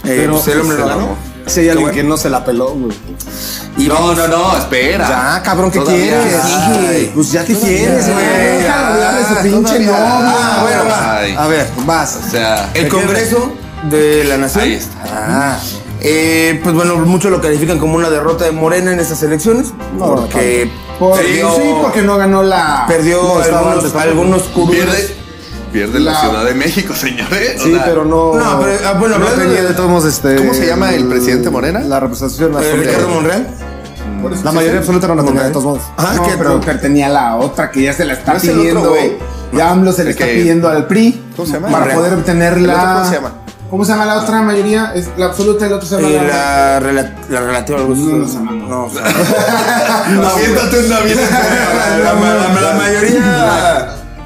[SPEAKER 5] Pero
[SPEAKER 3] pues, el hombre
[SPEAKER 5] se
[SPEAKER 3] lo
[SPEAKER 5] la-
[SPEAKER 3] ganó.
[SPEAKER 5] Si hay alguien
[SPEAKER 3] Qué
[SPEAKER 5] que no se la peló, güey.
[SPEAKER 3] Y
[SPEAKER 2] No,
[SPEAKER 3] vamos-
[SPEAKER 2] no, no, espera.
[SPEAKER 5] Ya, cabrón, ¿qué
[SPEAKER 2] Todavía
[SPEAKER 5] quieres?
[SPEAKER 2] hay.
[SPEAKER 5] Pues ya, ¿qué quieres, güey?
[SPEAKER 4] Déjalo hablar de su
[SPEAKER 5] Ah,
[SPEAKER 4] pinche
[SPEAKER 5] todavía.
[SPEAKER 4] novia.
[SPEAKER 3] Ah, bueno, va.
[SPEAKER 2] Ay.
[SPEAKER 3] A ver, vas.
[SPEAKER 2] O sea,
[SPEAKER 3] El Congreso de la Nación.
[SPEAKER 2] Ahí está.
[SPEAKER 3] Ah. Eh, pues bueno, muchos lo califican como una derrota de Morena en estas elecciones.
[SPEAKER 5] No,
[SPEAKER 3] porque
[SPEAKER 4] Por- sí,
[SPEAKER 3] perdió,
[SPEAKER 4] porque no ganó la.
[SPEAKER 3] perdió
[SPEAKER 5] No, estaba
[SPEAKER 3] algunos,
[SPEAKER 5] antes, estaba-
[SPEAKER 3] algunos eh, curules.
[SPEAKER 2] pierde, pierde la,
[SPEAKER 4] La-
[SPEAKER 2] Ciudad de México, señores. O
[SPEAKER 5] Sí,
[SPEAKER 2] sea,
[SPEAKER 5] pero no.
[SPEAKER 3] No, pero, ah, bueno,
[SPEAKER 5] no
[SPEAKER 3] hablando
[SPEAKER 5] tenía
[SPEAKER 3] de-
[SPEAKER 5] de todos modos este.
[SPEAKER 2] ¿Cómo se llama el presidente Morena?
[SPEAKER 5] La representación
[SPEAKER 3] Eh,
[SPEAKER 5] absoluta.
[SPEAKER 3] Ricardo Monreal.
[SPEAKER 4] Por eso
[SPEAKER 5] La
[SPEAKER 4] sí,
[SPEAKER 5] mayoría
[SPEAKER 4] sí.
[SPEAKER 5] absoluta no la tenía, de todos modos.
[SPEAKER 3] Ah,
[SPEAKER 4] no,
[SPEAKER 3] que
[SPEAKER 4] pero pertenía a la otra que ya se la está
[SPEAKER 2] ¿No es el otro,
[SPEAKER 4] pidiendo.
[SPEAKER 2] güey?
[SPEAKER 4] ya AMLO se
[SPEAKER 2] El
[SPEAKER 4] le está
[SPEAKER 2] que-
[SPEAKER 4] pidiendo al PRI.
[SPEAKER 5] ¿Cómo se llama?
[SPEAKER 4] Para
[SPEAKER 3] Real.
[SPEAKER 4] poder obtener
[SPEAKER 2] ¿El otro
[SPEAKER 4] la.
[SPEAKER 2] cómo se llama?
[SPEAKER 4] ¿Cómo se llama la otra mayoría? Es la absoluta y la otra se llama
[SPEAKER 3] Eh, la, rela- la relativa al gusto.
[SPEAKER 4] No nos amamos.
[SPEAKER 3] No,
[SPEAKER 2] Aviéntate una bien.
[SPEAKER 3] la, la- la mayoría.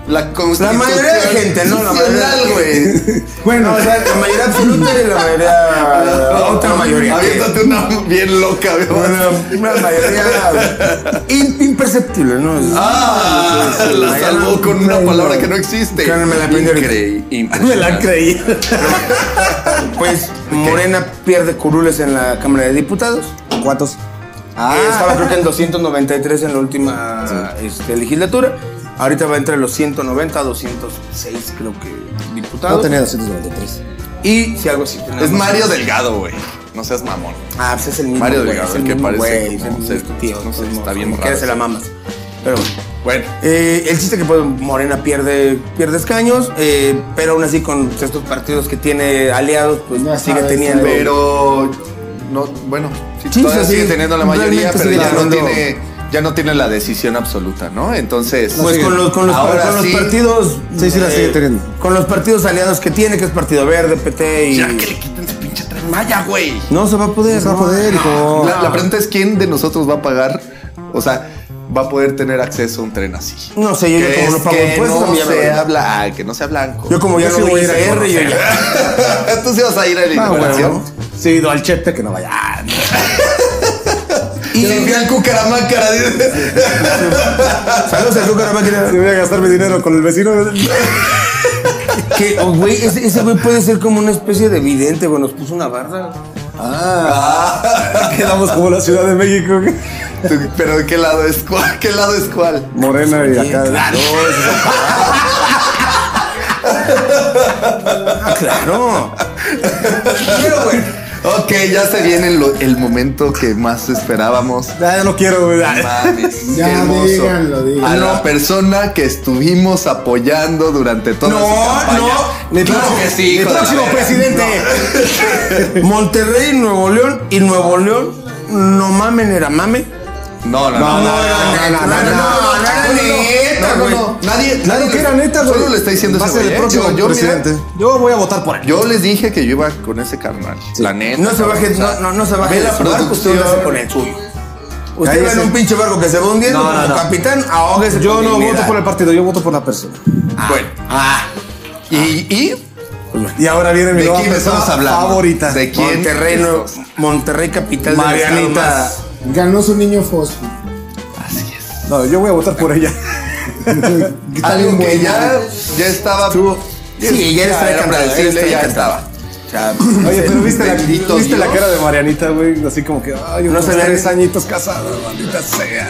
[SPEAKER 2] La
[SPEAKER 3] La
[SPEAKER 2] constitución.
[SPEAKER 3] mayoría de gente, ¿no? La
[SPEAKER 2] nacional,
[SPEAKER 3] mayoría.
[SPEAKER 2] güey.
[SPEAKER 4] Bueno,
[SPEAKER 3] No, o sea, la mayoría absoluta y la mayoría. la otra mayoría.
[SPEAKER 2] Aviéntate una bien loca, güey.
[SPEAKER 3] Una, una mayoría in- imperceptible, ¿no?
[SPEAKER 2] Ah,
[SPEAKER 3] Sí, sí, sí,
[SPEAKER 2] la
[SPEAKER 3] mayoría
[SPEAKER 2] salvó con una
[SPEAKER 3] no-
[SPEAKER 2] palabra que no existe.
[SPEAKER 3] Claro, me la aprendí ahorita.
[SPEAKER 2] Increí-
[SPEAKER 5] Me la creí.
[SPEAKER 3] Pues Morena pierde curules en la Cámara de Diputados.
[SPEAKER 5] ¿Cuántos?
[SPEAKER 3] Ah. estaba creo que en 293 en la última este, legislatura. Ahorita va entre los 190 a 206, creo que, diputados.
[SPEAKER 5] No tenía 293.
[SPEAKER 3] Y si algo así. tenemos.
[SPEAKER 2] Es Mario Delgado, güey. No seas mamón.
[SPEAKER 3] Ah, pues es el mismo.
[SPEAKER 2] Mario
[SPEAKER 3] güey,
[SPEAKER 2] Delgado,
[SPEAKER 3] es el
[SPEAKER 2] el que
[SPEAKER 3] mismo,
[SPEAKER 2] parece
[SPEAKER 3] güey, es el
[SPEAKER 2] como
[SPEAKER 3] mismo
[SPEAKER 2] ser-
[SPEAKER 3] tío,
[SPEAKER 2] no sé,
[SPEAKER 3] es el
[SPEAKER 2] está bien
[SPEAKER 3] mismo,
[SPEAKER 2] raro.
[SPEAKER 3] que se la mamas. Pero bueno.
[SPEAKER 2] Bueno,
[SPEAKER 3] Eh, el chiste que pues, Morena pierde, pierde escaños, eh, pero aún así con estos partidos que tiene aliados, pues
[SPEAKER 4] Ya
[SPEAKER 3] sigue
[SPEAKER 4] sabes,
[SPEAKER 3] teniendo.
[SPEAKER 2] pero no, bueno, sí,
[SPEAKER 3] Sí,
[SPEAKER 2] todavía
[SPEAKER 3] o sea,
[SPEAKER 2] sigue
[SPEAKER 3] sí,
[SPEAKER 2] teniendo la mayoría,
[SPEAKER 3] realmente
[SPEAKER 2] pero
[SPEAKER 3] sigue
[SPEAKER 2] ya no
[SPEAKER 3] ganando.
[SPEAKER 2] tiene ya no tiene la decisión absoluta, ¿no? Entonces,
[SPEAKER 3] Pues con los, con los,
[SPEAKER 2] ahora
[SPEAKER 3] con los
[SPEAKER 2] sí,
[SPEAKER 3] partidos. eh,
[SPEAKER 5] Sí, sí la sigue teniendo.
[SPEAKER 3] Con los partidos aliados que tiene, que es Partido Verde, PT y.
[SPEAKER 2] ya que le quiten su pinche tren Maya, güey.
[SPEAKER 3] No se va a poder.
[SPEAKER 5] No se va a poder, hijo.
[SPEAKER 2] La, la pregunta es quién de nosotros va a pagar, o sea, va a poder tener acceso a un tren así.
[SPEAKER 3] No sé, yo ya
[SPEAKER 2] Que
[SPEAKER 3] como no
[SPEAKER 2] es
[SPEAKER 3] pago
[SPEAKER 2] que
[SPEAKER 3] impuestos, a
[SPEAKER 2] no
[SPEAKER 3] mí ya me
[SPEAKER 2] sea
[SPEAKER 3] vale.
[SPEAKER 2] bla- ay, que no sea blanco.
[SPEAKER 3] Yo como ya
[SPEAKER 5] Yo
[SPEAKER 3] no
[SPEAKER 5] sí
[SPEAKER 3] voy
[SPEAKER 5] voy
[SPEAKER 3] a
[SPEAKER 5] a ir
[SPEAKER 3] ICR,
[SPEAKER 5] a
[SPEAKER 3] yo ya.
[SPEAKER 2] Tú sí vas a ir a la
[SPEAKER 5] Ah,
[SPEAKER 2] inauguración.
[SPEAKER 5] bueno. Sí, do al chete que no vaya. Ah,
[SPEAKER 2] Y le envía al cucaramácara. dice.
[SPEAKER 3] Saludos a Azúcar Máquina.
[SPEAKER 5] Si voy a gastar mi dinero con el vecino.
[SPEAKER 3] Que, oh, güey, ese, ese güey puede ser como una especie de vidente, güey. Nos puso una barra.
[SPEAKER 2] "Ah".
[SPEAKER 5] Quedamos como la Ciudad de México.
[SPEAKER 2] Pero ¿de qué lado es cuál? ¿Qué lado es cuál?
[SPEAKER 5] Morena y acá.
[SPEAKER 3] Claro. claro.
[SPEAKER 2] Pero bueno. Ok, ya se viene lo- el momento que más esperábamos.
[SPEAKER 5] Ah, ya no quiero, güey.
[SPEAKER 2] Mames,
[SPEAKER 4] Ya
[SPEAKER 2] qué hermoso.
[SPEAKER 4] díganlo, díganlo.
[SPEAKER 2] A la persona que estuvimos apoyando durante toda
[SPEAKER 3] No,
[SPEAKER 2] su campaña.
[SPEAKER 3] no.
[SPEAKER 2] Claro que sí.
[SPEAKER 5] Mi
[SPEAKER 2] hijo de la
[SPEAKER 5] próximo
[SPEAKER 2] verga.
[SPEAKER 5] presidente.
[SPEAKER 3] Monterrey, Nuevo León y Nuevo León. No mamen, era mame.
[SPEAKER 2] No, no, no. no, no, no.
[SPEAKER 3] no, no, no, no,
[SPEAKER 2] No,
[SPEAKER 3] neta,
[SPEAKER 2] no,
[SPEAKER 3] güey.
[SPEAKER 2] no. Nadie, nadie
[SPEAKER 5] Claro que era neta, güey.
[SPEAKER 2] Solo le está diciendo
[SPEAKER 5] Va a
[SPEAKER 2] ese
[SPEAKER 5] ser el
[SPEAKER 2] güey, ¿eh?
[SPEAKER 5] próximo
[SPEAKER 2] yo, yo, mira,
[SPEAKER 5] presidente. yo voy a votar por él.
[SPEAKER 2] yo les dije que yo iba con ese carnal. La neta.
[SPEAKER 3] No se baje,
[SPEAKER 2] o sea,
[SPEAKER 3] no, no, no se baje.
[SPEAKER 2] Ve
[SPEAKER 3] de
[SPEAKER 2] la
[SPEAKER 3] su barco,
[SPEAKER 2] producción.
[SPEAKER 3] usted va con el suyo. Usted va en
[SPEAKER 5] Cállese.
[SPEAKER 3] un pinche barco que se va hundiendo
[SPEAKER 5] No, no,
[SPEAKER 3] como
[SPEAKER 5] no.
[SPEAKER 3] capitán, ahógese.
[SPEAKER 5] Yo
[SPEAKER 3] con
[SPEAKER 5] no
[SPEAKER 3] dignidad.
[SPEAKER 5] voto por el partido, yo voto por la persona.
[SPEAKER 2] Bueno. Y, y
[SPEAKER 5] Y ahora viene mi
[SPEAKER 2] ¿De
[SPEAKER 5] nueva
[SPEAKER 2] quién
[SPEAKER 5] persona
[SPEAKER 2] empezamos a hablar?
[SPEAKER 5] favorita.
[SPEAKER 2] ¿De quién?
[SPEAKER 3] Monterrey, Nuevo- Monterrey capital de
[SPEAKER 5] Marianita.
[SPEAKER 3] Estado más-
[SPEAKER 4] Ganó su niño fosfo.
[SPEAKER 2] Así es.
[SPEAKER 5] No, yo voy a votar por ella.
[SPEAKER 2] Algo que ya, ya estaba.
[SPEAKER 3] Sí, ya
[SPEAKER 2] era
[SPEAKER 3] está
[SPEAKER 2] para decirle, ya
[SPEAKER 3] estaba.
[SPEAKER 2] estaba.
[SPEAKER 5] Oye, pero viste, la,
[SPEAKER 2] Bendito
[SPEAKER 5] viste la
[SPEAKER 2] Dios.
[SPEAKER 5] cara de Marianita, güey. Así como que, ay,
[SPEAKER 3] No
[SPEAKER 5] unos
[SPEAKER 3] se ve.
[SPEAKER 5] tres añitos casados, maldita sea.